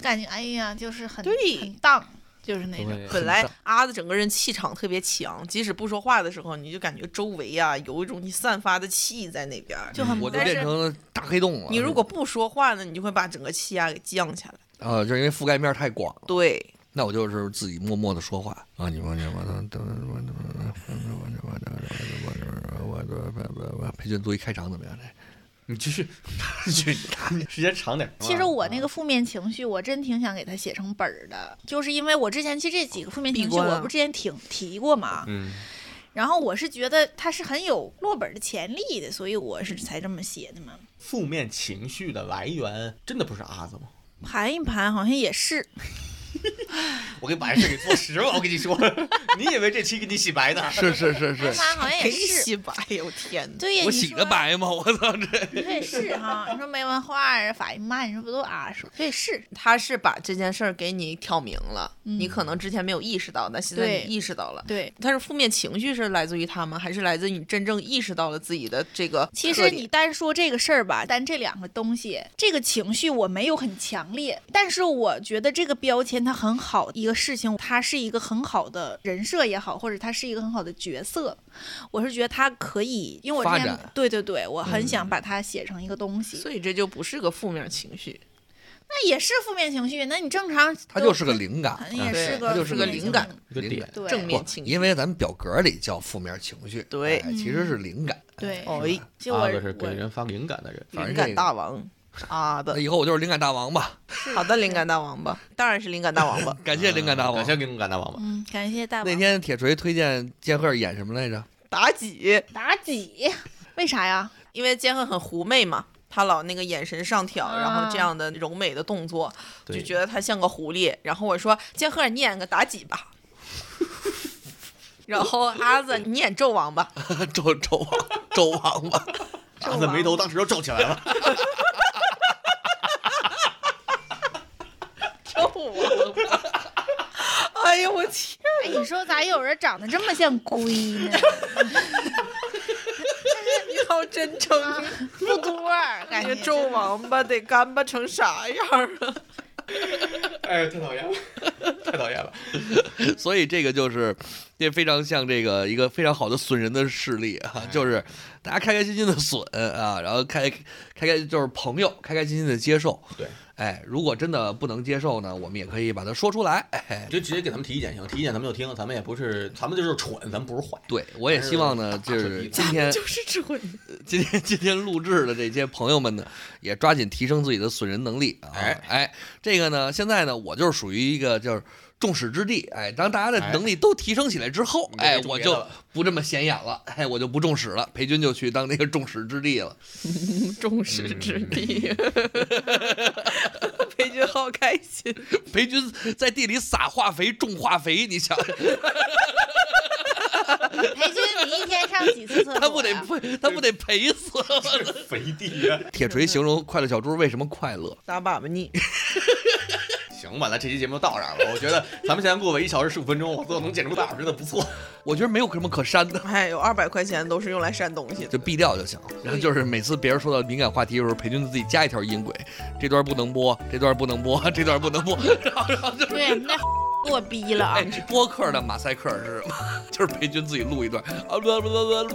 D: 感觉哎呀，就是很
B: 对
D: 很荡，就是那
A: 怎么
D: 种。
A: 样对，
B: 本来阿子整个人气场特别强，即使不说话的时候，你就感觉周围啊有一种你散发的气在那边儿。
D: 就很
C: 我就
D: 但
C: 变
D: 是
C: 成了大黑洞了。
B: 你如果不说话呢，你就会把整个气压给降下来。
C: 啊，就是因为覆盖面太广了，
B: 对，
C: 那我就是自己默默的说话啊。你们你们培训做一开场怎么样？
A: 你继续，去，时间长点。啊
D: 其实我那个负面情绪，我真挺想给它写成本儿的，就是因为我之前其实这几个负面情
B: 闭
D: 绪，
B: 关
D: 我
B: 啊
D: 不之前挺提过嘛，
A: 嗯，
D: 然后我是觉得它是很有落本儿的潜力的，所以我是才这么写的嘛。
A: 负面情绪的来源真的不是啊阿子吗？ [LAUGHS]
D: 盘一盘，好像也是，
A: 我给把这事给做实了，我跟 [LAUGHS] 你说，你以为这期给你洗白呢？
C: 是是是
D: 盘一
C: 是，
D: 盘好像也
B: 给
D: 是，
B: 洗白，我哎天哪！
D: 对呀，
C: 我
D: 你
C: 洗
D: 说
C: 着白吗？我操这！
D: 你说也是哈，你说没文化啊，反应慢，你说不都啊说，这也是，
B: 他是把这件事儿给你挑明了，你可能之前没有意识到，但现在
D: 对
B: 你意识到了。
D: 对。
B: 但是负面情绪是来自于他吗？还是来自于你真正意识到了自己的这个
D: 其
B: 特
D: 实
B: 点
D: 你单说这个事儿吧，单这两个东西，这个情绪我没有很强烈，但是我觉得这个标签它很好，一个事情它是一个很好的人设也好，或者它是一个很好的角色，我是觉得它可以，因为我
C: 发
D: 之前
C: 展嗯
D: 对对对，我很想把它写成一个东西。
B: 所以这就不是个负面情绪，
D: 那也是负面情绪，那你正常
C: 它就是个灵感，
D: 也
C: 啊
D: 是
B: 对
D: 个
C: 它就
B: 就是
C: 个
B: 个
C: 灵
B: 灵感，
A: 一个
C: 灵
A: 点
C: 感。
D: 对
B: 正面
C: 不
B: 情绪。
C: 因为咱们表格里叫负面情绪，
B: 对
C: 哎其实是灵感。
D: 对
B: 哦，哎
D: 就我
A: 啊阿子是给
D: 我
A: 人发灵感的人，
C: 反正
B: 灵
C: 这
B: 感
C: 个哎
B: 大王啊
C: 那
B: 的，
C: 以后我就是灵感大王吧，。
B: 好的，灵感大王吧，当然是灵感大王吧
C: 感谢灵感大王
A: 啊感。谢灵感大王吧。
D: 嗯，感谢大
C: 那
D: 王
C: 天铁锤推荐剑鹤演什么来着？ [LAUGHS]
B: 妲己，
D: 妲己， [LAUGHS] 为啥呀？
B: 因为剑鹤很狐媚嘛，她老那个眼神上挑，
D: 啊
B: 然后这样的柔美的动作，
A: 对
B: 就觉得她像个狐狸。然后我说剑鹤，你演个妲己吧。然后阿子，你演纣王吧。
C: 周周王，周王吧。 [LAUGHS]
A: 阿啊子眉头当时就皱起来了。
B: 纣王吧。哎呀，我天！
D: 哎，你说咋有人长得这么像龟呢？
B: 你好真诚，
D: 啊不多儿，感
C: [LAUGHS]
B: 感
D: 觉
B: 觉纣王八得干巴成啥样啊了？
A: 哎，太讨厌了， [LAUGHS] 太讨厌了。
C: 所以这个就是，这非常像这个一个非常好的损人的事例
A: 哎
C: 啊，就是大家开开心心的损啊，然后开开开就是朋友开开心心的接受。
A: 对，
C: 哎，如果真的不能接受呢，我们也可以把它说出来。哎，
A: 你就直接给他们提意见行，提意见咱们就听，咱们也不是，咱们就是蠢，咱们不是坏。
C: 对，我也希望呢，就是今天
B: 就是蠢。
C: 今天今天录制的这些朋友们呢，也抓紧提升自己的损人能力啊！
A: 哎
C: 哎，这个呢，现在呢，我就是属于一个就是众矢之的，哎，当大家的
A: 哎
C: 能力都提升起来之后，
A: 你就
C: 哎，
A: 别
C: 我
A: 别的
C: 就
A: 了
C: 不这么显眼了，哎，我就不众矢了，裴军就去当那个众矢之的了。 [LAUGHS]
B: 众矢之的， [LAUGHS] 裴军好开心。
C: 裴军在地里撒化肥，种化肥，你想，
D: 裴军，你一哎天上几次厕所、
C: [LAUGHS]
D: 呀啊
C: 他不得他不得赔
A: [LAUGHS]
C: 死吗？
A: 肥弟呀。
C: 铁锤形容快乐小猪为什么快乐？
B: 打粑粑腻，
A: 行吧，那这期节目就到这儿了。我觉得咱们现在录了一小时十五分钟，我最后能剪出大小时真的不错。
C: 我觉得没有什么可删的。
B: 哎，有二百块钱都是用来删东西的。
C: 就毙掉就行。然后就是每次别人说到敏感话题的时候，裴军自己加一条音轨，这段不能播，这段不能播，这段不能播。 [LAUGHS] 然后，然后就是
D: 对，
C: [LAUGHS]
D: 那给我逼了啊
C: 哎！，播客的马赛克是什么？ [LAUGHS] 就是裴军自己录一段啊，不不不不不，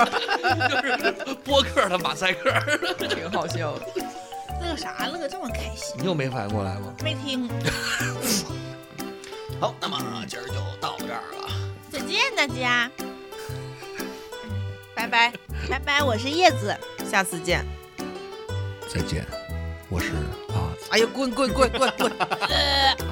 C: [LAUGHS] 就是播客的马赛克。
B: 挺好笑的。
D: 乐啥乐这么开心？
C: [LAUGHS] 你又没反应过来吗？
D: 没听，
A: 好，那么今儿就到这儿了。
D: 再见大家，拜拜拜拜，我是叶子。
B: 下次见。
C: 再见，我是啊，
B: 哎呀，滚滚滚滚滚！